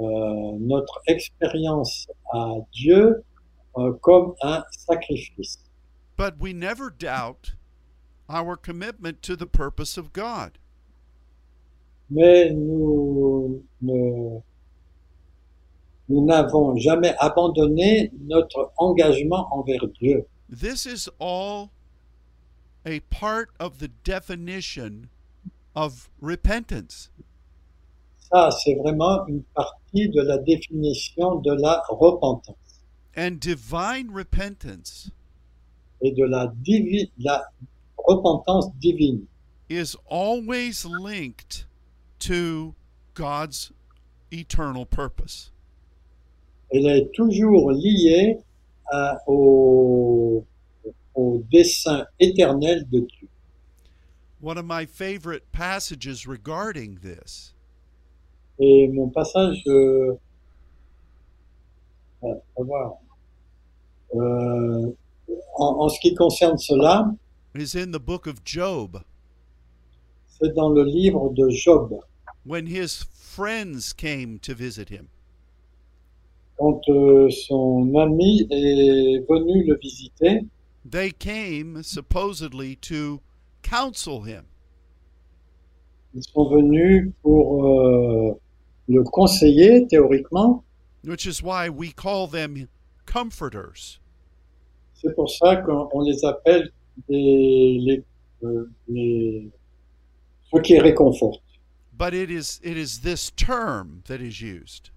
B: euh, notre expérience à Dieu euh, comme un sacrifice.
A: But we never doubt our commitment to the purpose of God.
B: mais nous ne- nous n'avons jamais abandonné notre engagement envers Dieu.
A: This is all a part of the definition of repentance.
B: Ça, c'est vraiment une partie de la définition de la repentance
A: And divine repentance
B: et de la, divi- la repentance divine.
A: is always linked to God's eternal purpose.
B: Elle est toujours liée à- au, au dessein éternel de Dieu.
A: One of my favorite passages regarding this
B: Et mon passage, euh, on va voir. Euh, en, en ce qui concerne cela,
A: is in the book of Job
B: c'est dans le livre de Job,
A: when his friends came to visit him.
B: quand euh, son ami est venu le visiter.
A: They came supposedly to counsel him.
B: Ils sont venus pour euh, le conseiller théoriquement.
A: which is why we call them comforters.
B: C'est pour ça qu'on on les appelle des, les, euh, les- ceux qui réconfortent.
A: But it is it is this term that is used.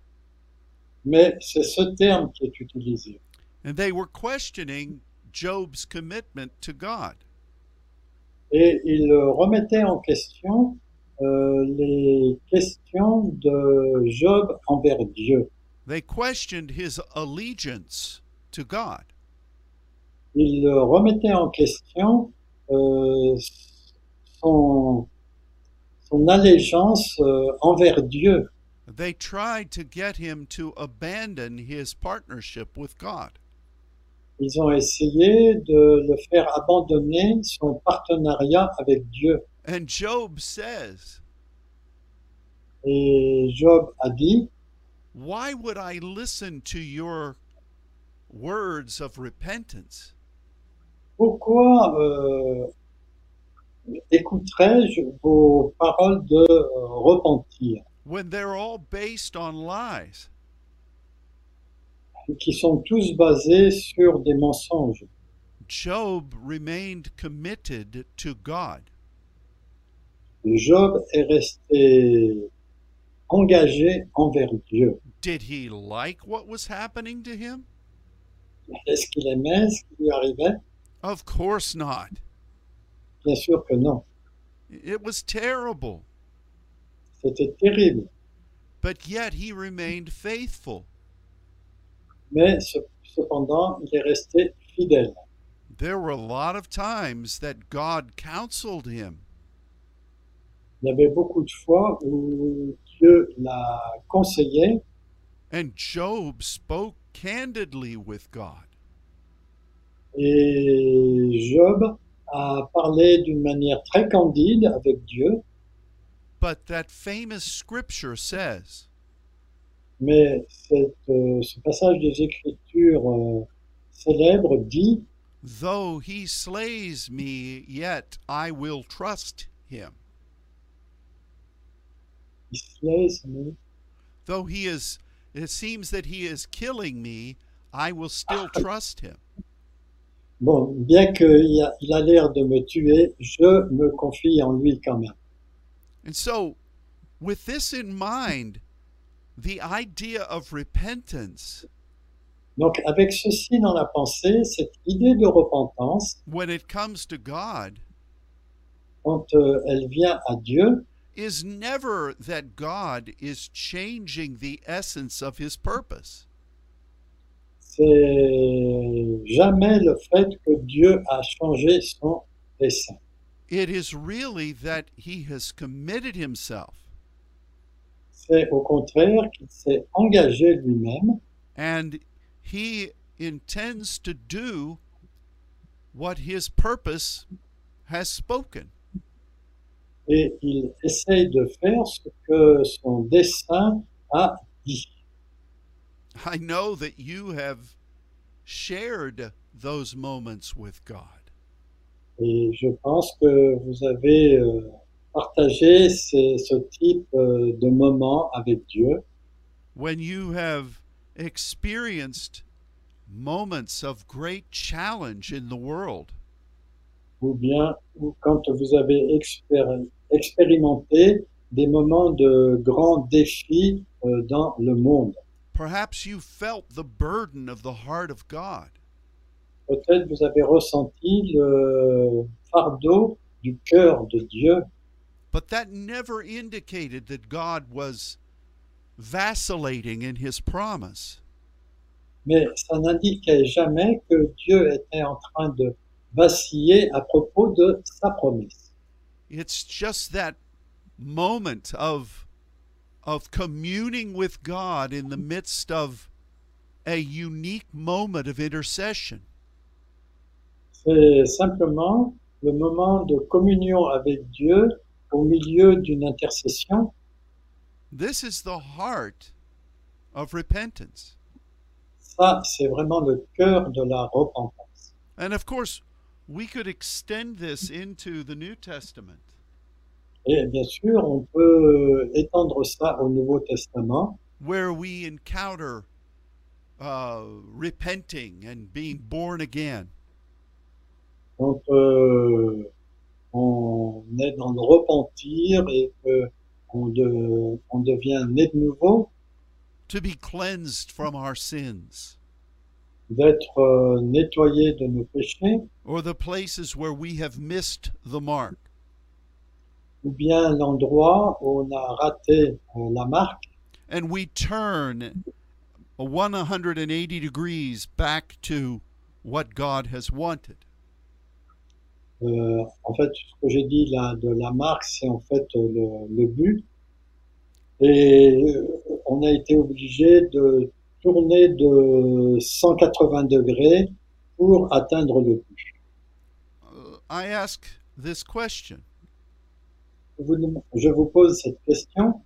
B: Mais c'est ce terme qui est utilisé.
A: And they were questioning Job's commitment to God.
B: et il remettait en question euh, les questions de Job envers Dieu.
A: They questioned his allegiance to God.
B: Il remettait en question euh, son, son allégeance euh, envers Dieu.
A: They tried to get him to abandon his partnership with God.
B: Ils ont essayé de le faire abandonner son partenariat avec Dieu.
A: And Job says,
B: Et Job a dit,
A: "Why would I listen to your words of repentance
B: pourquoi euh, écouterais-je vos paroles de euh, repentir
A: when they're all based on lies?"
B: qui sont tous basés sur des mensonges.
A: Job remained committed to God.
B: Job est resté engagé envers Dieu.
A: Did he like what was happening to him?
B: Est-ce qu'il aimait ce qui lui arrivait
A: Of course not.
B: Bien sûr que non.
A: It was terrible.
B: C'était terrible.
A: But yet he remained faithful.
B: Mais ce- cependant, il est resté fidèle.
A: There were a lot of times that God counseled him,
B: Il y avait beaucoup de fois où Dieu l'a conseillé
A: and Job spoke candidly with God.
B: Et Job a parlé d'une manière très candide avec Dieu,
A: But that famous scripture says,
B: mais cette, euh, ce passage des Écritures euh, célèbre dit
A: Though he slays me, yet I will trust him.
B: He slays me.
A: Though he is, it seems that he is killing me, I will still trust him.
B: Bon, bien qu'il a, il a l'air de me tuer, je me confie en lui quand même.
A: And so, with this in mind, the idea of repentance,
B: Donc, avec ceci dans la pensée, cette idée de repentance,
A: when it comes to God,
B: quand euh, elle vient à Dieu,
A: is never that God is changing the essence of his purpose.
B: c'est jamais le fait que Dieu a changé son dessein.
A: It is really that he has committed himself
B: C'est au contraire qu'il s'est engagé lui-même
A: and he intends to do what his purpose has spoken.
B: et il essaye de faire ce que son dessein a dit.
A: I know that you have shared those moments with God.
B: Et je pense que vous avez euh, partagé ces- ce type euh, de moment avec Dieu
A: When you have experienced moments of great challenge in the world,
B: ou bien ou quand vous avez expéri- expérimenté des moments de grands défis euh, dans le monde.
A: perhaps you felt the burden of the heart of God.
B: Peut-être vous avez ressenti le fardeau du cœur de Dieu,
A: But that never indicated that God was vacillating in his promise.
B: mais ça n'indiquait jamais que Dieu était en train de vaciller à propos de sa promesse.
A: It's just that moment of of communing with God in the midst of a unique moment of intercession.
B: C'est simplement le moment de communion avec Dieu au milieu d'une intercession.
A: This is the heart of repentance.
B: Ça, c'est vraiment le cœur de la repentance.
A: And of course, we could extend this into the New Testament.
B: Et bien sûr, on peut étendre ça au Nouveau Testament,
A: where we encounter uh, repenting and being born again.
B: quand euh, on est dans le repentir et que on, de- on devient né de nouveau,
A: To be cleansed from our sins
B: d'être euh, nettoyé de nos péchés,
A: or the places where we have missed the mark.
B: ou bien l'endroit où on a raté euh, la marque.
A: And we turn 180 degrees back to what God has wanted.
B: Euh, en fait, ce que j'ai dit là, de la marque, c'est en fait euh, le, le but. Et euh, on a été obligé de tourner de 180 degrés pour atteindre le but.
A: Uh, I ask this question
B: Je vous dem- Je vous pose cette question.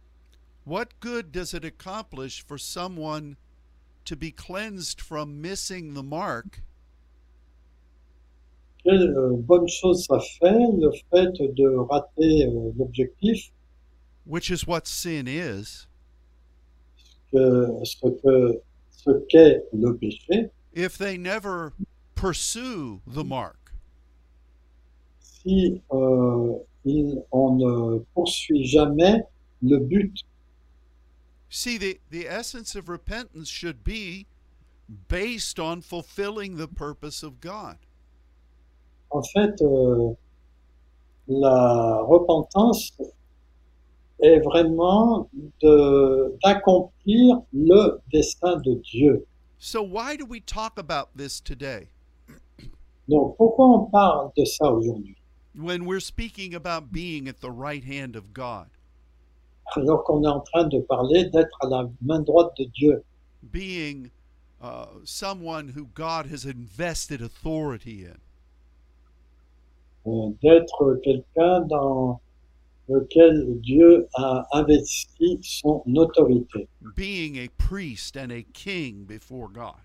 A: What good does it accomplish for someone to be cleansed from missing the mark
B: Quelle euh, bonne chose ça fait le fait de rater euh, l'objectif,
A: which is what sin is,
B: que ce que ce qu'est le péché,
A: if they never pursue the mark.
B: si euh, il- on ne poursuit jamais le but
A: See, the, the essence of repentance should be based on fulfilling the purpose of God.
B: En fait, euh, la repentance est vraiment de- d'accomplir le dessein de Dieu.
A: So, why do we talk about this today
B: Donc, pourquoi on parle de ça aujourd'hui
A: when we're speaking about being at the right hand of God,
B: Alors qu'on est en train de parler d'être à la main droite de Dieu,
A: being uh, someone who God has invested authority in.
B: euh, d'être quelqu'un dans lequel Dieu a investi son autorité,
A: being a priest and a king before God.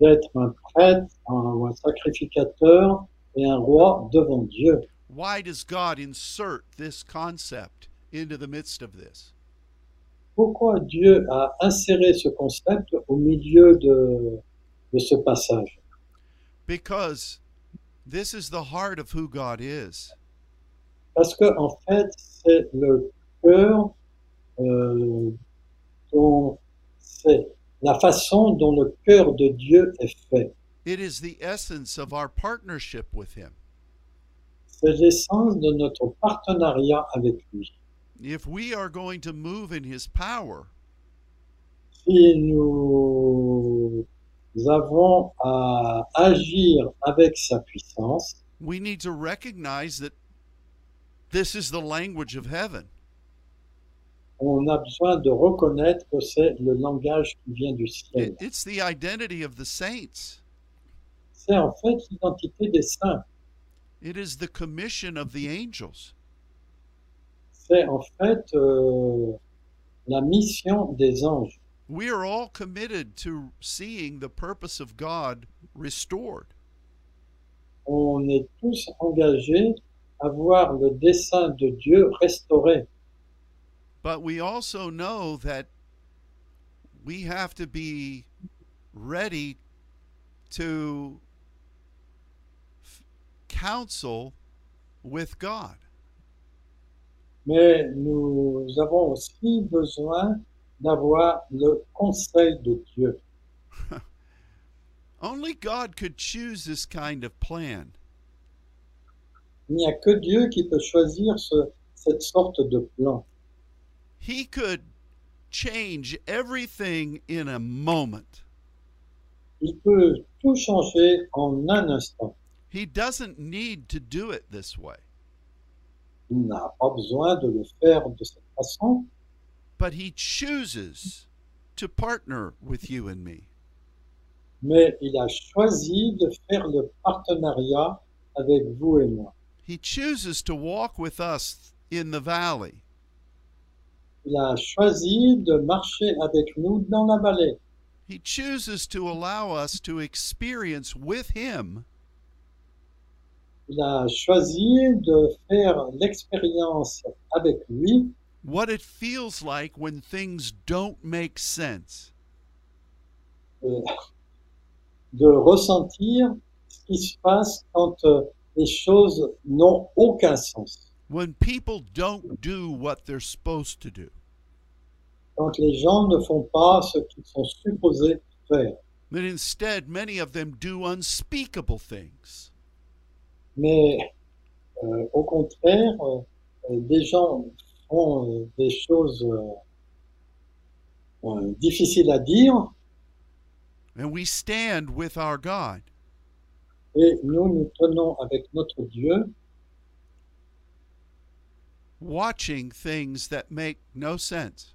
B: d'être un prêtre, un, ou un sacrificateur et un roi devant Dieu.
A: Why does God insert this concept into the midst of this?
B: Pourquoi Dieu a inséré ce concept au milieu de, de ce passage
A: Because this is the heart of who God is.
B: Parce que en fait, c'est le cœur euh, dont c'est la façon dont le cœur de Dieu est fait.
A: It is the essence of our partnership with Him.
B: C'est l'essence de notre partenariat avec lui.
A: If we are going to move in His power,
B: Si nous avons à agir avec sa puissance,
A: we need to recognize that this is the language of heaven.
B: on a besoin de reconnaître que c'est le langage qui vient du ciel.
A: It- it's the identity of the saints,
B: C'est en fait l'identité des saints.
A: it is the commission of the angels.
B: C'est en fait euh, la mission des anges.
A: We are all committed to seeing the purpose of God restored.
B: On est tous engagés à voir le dessein de Dieu restauré.
A: But we also know that we have to be ready to f- counsel with God.
B: Mais nous avons aussi besoin d'avoir le conseil de Dieu.
A: Only God could choose this kind of plan.
B: Il n'y a que Dieu qui peut choisir ce- cette sorte de plan.
A: He could change everything in a moment.
B: Il peut tout changer en un instant.
A: He doesn't need to do it this way,
B: Il n'a pas besoin de le faire de cette façon,
A: but He chooses to partner with you and me.
B: mais il a choisi de faire le partenariat avec vous et moi.
A: He chooses to walk with us in the valley.
B: Il a choisi de marcher avec nous dans la vallée.
A: He chooses to allow us to experience with Him
B: Il a choisi de faire l'expérience avec lui,
A: what it feels like when things don't make sense.
B: euh, de ressentir ce qui se passe quand euh, les choses n'ont aucun sens,
A: When people don't do what they're supposed to do,
B: quand les gens ne font pas ce qu'ils sont supposés faire.
A: that instead many of them do unspeakable things.
B: Mais euh, au contraire, euh, euh, des gens font euh, des choses euh, euh, difficiles à dire
A: And we stand with our God.
B: et nous nous tenons avec notre Dieu,
A: watching things that make no sense.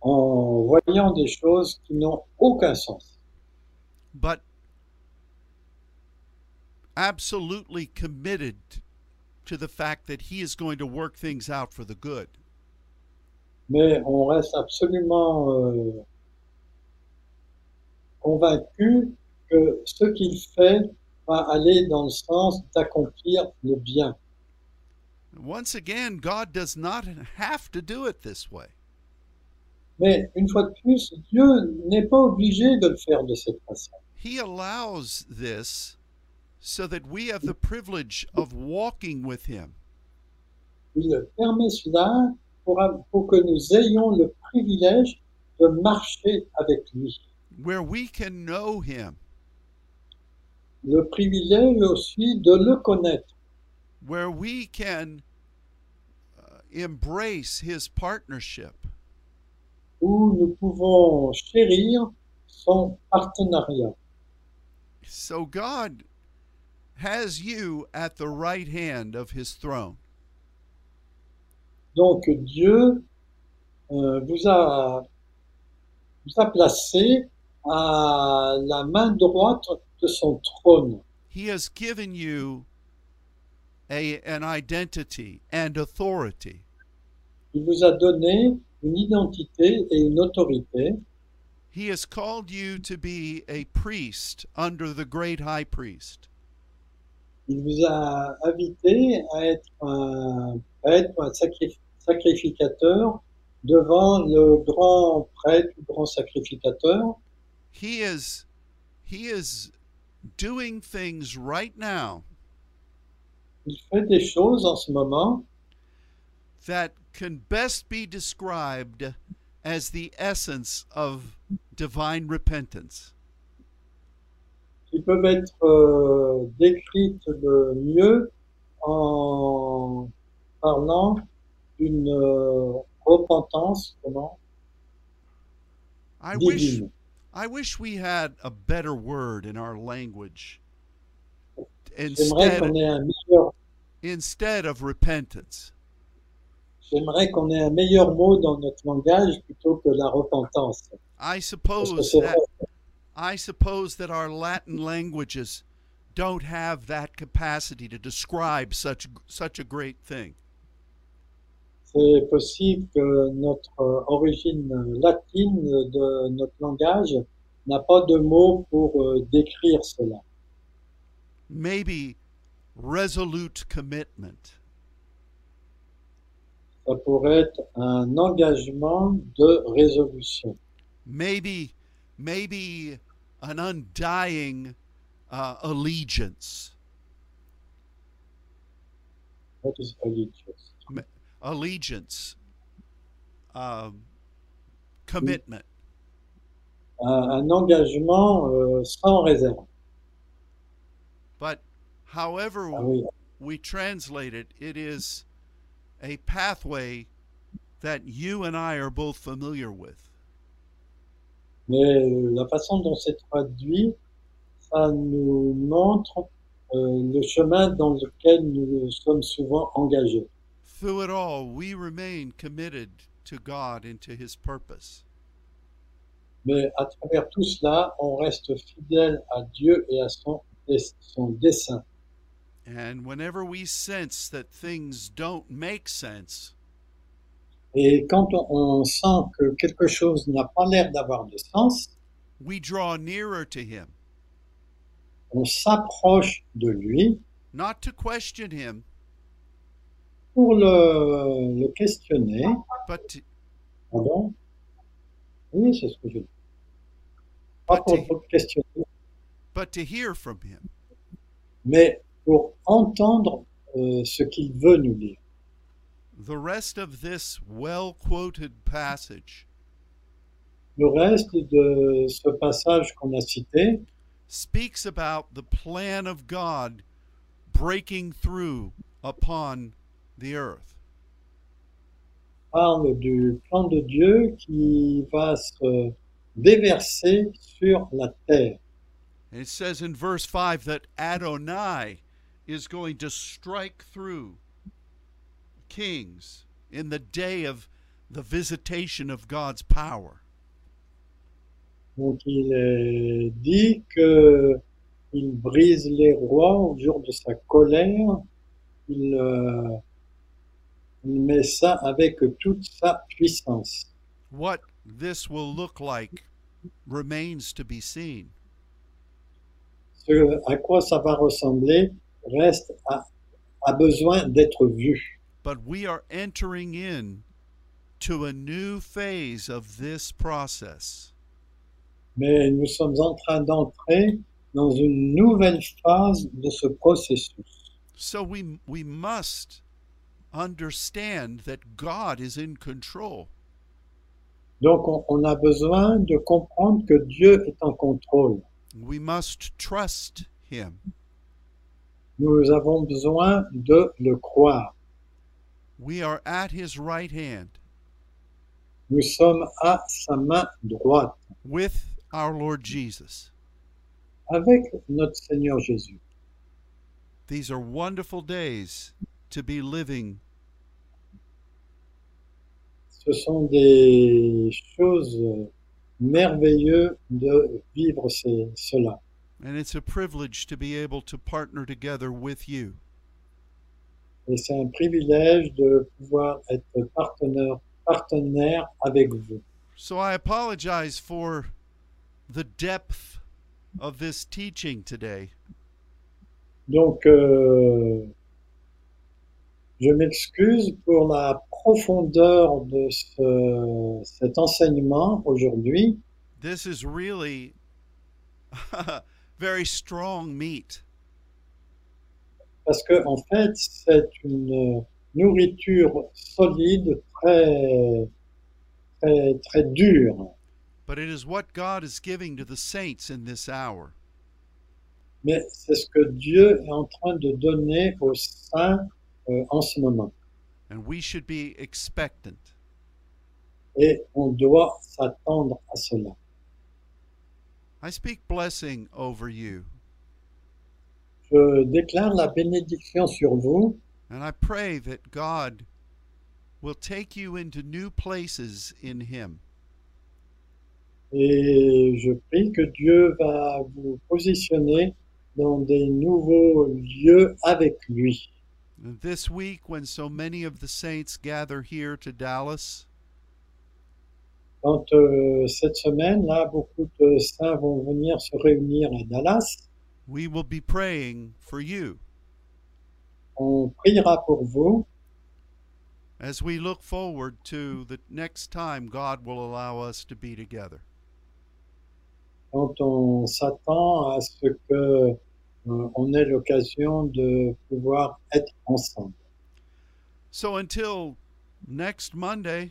B: en voyant des choses qui n'ont aucun sens,
A: but absolutely committed to the fact that he is going to work things out for the good.
B: mais on reste absolument euh, convaincu que ce qu'il fait va aller dans le sens d'accomplir le bien.
A: Once again, God does not have to do it this way.
B: Mais une fois de plus, Dieu n'est pas obligé de le faire de cette façon.
A: He allows this so that we have the privilege of walking with him.
B: Il permet cela pour, pour que nous ayons le privilège de marcher avec lui.
A: Where we can know him,
B: Le privilège aussi de le connaître,
A: where we can uh, embrace his partnership.
B: où nous pouvons chérir son partenariat.
A: So God has you at the right hand of his throne.
B: Donc Dieu euh, vous a vous a placé à la main droite de son trône.
A: He has given you a, an identity and authority.
B: Il vous a donné une identité et une autorité.
A: He has called you to be a priest under the great high priest.
B: Il vous a invité à être un, à être un sacri- sacrificateur devant le grand prêtre, le grand sacrificateur.
A: He is he is doing things right now
B: Il fait des choses en ce moment
A: that can best be described as the essence of divine repentance.
B: qui peuvent être euh, décrites le mieux en parlant d'une euh, repentance, comment
A: I
B: Mm-hmm.
A: wish
B: divine.
A: I wish we had a better word in our language instead
B: J'aimerais qu'on ait un meilleur,
A: instead of repentance.
B: j'aimerais qu'on ait un meilleur mot dans notre langage plutôt que la repentance.
A: I
B: Parce que
A: suppose
B: c'est vrai,
A: that I suppose that our Latin languages don't have that capacity to describe such such a great thing.
B: c'est possible que notre euh, origine latine de notre langage n'a pas de mot pour euh, décrire cela.
A: Maybe resolute commitment.
B: Ça pourrait être un engagement de résolution.
A: maybe maybe an undying uh, allegiance
B: What is religious?
A: allegiance um, commitment
B: un, un engagement euh, sans réserve.
A: but however
B: Ah oui,
A: we translate it it is a pathway that you and I are both familiar with
B: Mais euh, la façon dont c'est traduit, ça nous montre euh, le chemin dans lequel nous sommes souvent engagés.
A: through it all we remain committed to God and to his purpose
B: Mais à travers tout cela, on reste fidèle à Dieu et à son, des- son dessein.
A: and whenever we sense that things don't make sense
B: Et quand on, on sent que quelque chose n'a pas l'air d'avoir de sens,
A: we draw nearer to him
B: on s'approche de lui
A: not to question him,
B: pour le, le questionner.
A: but to,
B: Pardon? Oui, c'est ce que je dis. Pas pour
A: Ok.
B: pour le questionner,
A: but to hear from him.
B: mais pour entendre euh, ce qu'il veut nous dire.
A: The rest of this well quoted passage
B: Le reste de ce passage qu'on a cité
A: speaks about the plan of God breaking through upon the earth.
B: parle du plan de Dieu qui va se déverser sur la terre.
A: And it says in verse 5 that Adonai is going to strike through kings in the day of the visitation of God's power.
B: Donc il est dit que il brise les rois au jour de sa colère. Il, euh, il met ça avec toute sa puissance.
A: What this will look like remains to be seen.
B: Ce à quoi ça va ressembler reste à, a besoin d'être vu.
A: But we are entering in to a new phase of this process.
B: Mais nous sommes en train d'entrer dans une nouvelle phase de ce processus.
A: So we we must understand that God is in control.
B: Donc on, on a besoin de comprendre que Dieu est en contrôle.
A: We must trust him.
B: Nous avons besoin de le croire.
A: We are at his right hand
B: Nous sommes à sa main droite
A: with our Lord Jesus.
B: avec notre Seigneur Jésus.
A: These are wonderful days to be living.
B: Ce sont des choses merveilleux de vivre ces- cela.
A: And it's a privilege to be able to partner together with you.
B: Et c'est un privilège de pouvoir être partenaire, partenaire avec vous.
A: So I apologize for the depth of this teaching today.
B: Donc, euh, je m'excuse pour la profondeur de ce- cet enseignement aujourd'hui.
A: This is really very strong meat.
B: Parce que en fait, c'est une nourriture solide, très, très, très dure.
A: But it is what God is giving to the saints in this hour.
B: Mais c'est ce que Dieu est en train de donner aux saints euh, en ce moment.
A: And we should be expectant.
B: Et on doit s'attendre à cela.
A: I speak blessing over you.
B: Je déclare la bénédiction sur vous
A: And I pray that God will take you into new places in Him.
B: et je prie que Dieu va vous positionner dans des nouveaux lieux avec lui.
A: And This week, when so many of the saints gather here to Dallas,
B: Quand euh, cette semaine, là, beaucoup de saints vont venir se réunir à Dallas,
A: we will be praying for you
B: on priera pour vous
A: as we look forward to the next time God will allow us to be together.
B: quand on s'attend à ce que euh, on ait l'occasion de pouvoir être ensemble.
A: So until next Monday,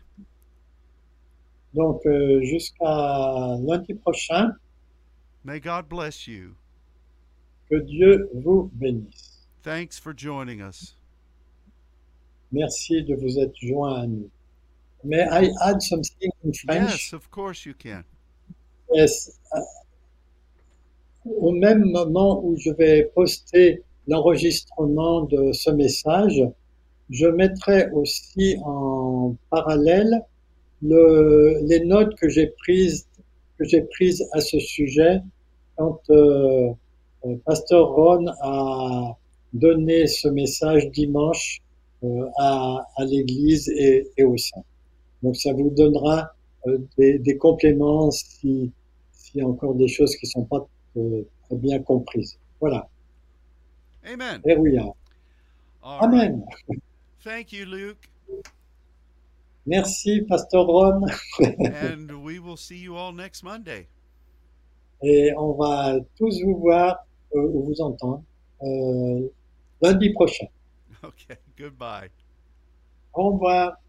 B: Donc, euh, jusqu'à lundi prochain,
A: may God bless you.
B: que Dieu vous bénisse.
A: Thanks for joining us.
B: Merci de vous être joint à nous. May I add something in French?
A: Yes, of course you can.
B: Yes. Au même moment où je vais poster l'enregistrement de ce message, je mettrai aussi en parallèle le- les notes que j'ai prises, que j'ai prises à ce sujet quand euh, euh, Pasteur Ron a donné ce message dimanche euh, à, à l'Église et, et aux saints. Donc ça vous donnera euh, des, des compléments si, s'il y a encore des choses qui ne sont pas euh, très bien comprises. Voilà.
A: Amen.
B: Alléluia.
A: All right.
B: Amen.
A: Thank you, Luke.
B: Merci, Pasteur Ron.
A: and we will see you all next Monday.
B: Et on va tous vous voir euh, ou vous entendre euh, lundi prochain.
A: Okay, goodbye.
B: Au revoir.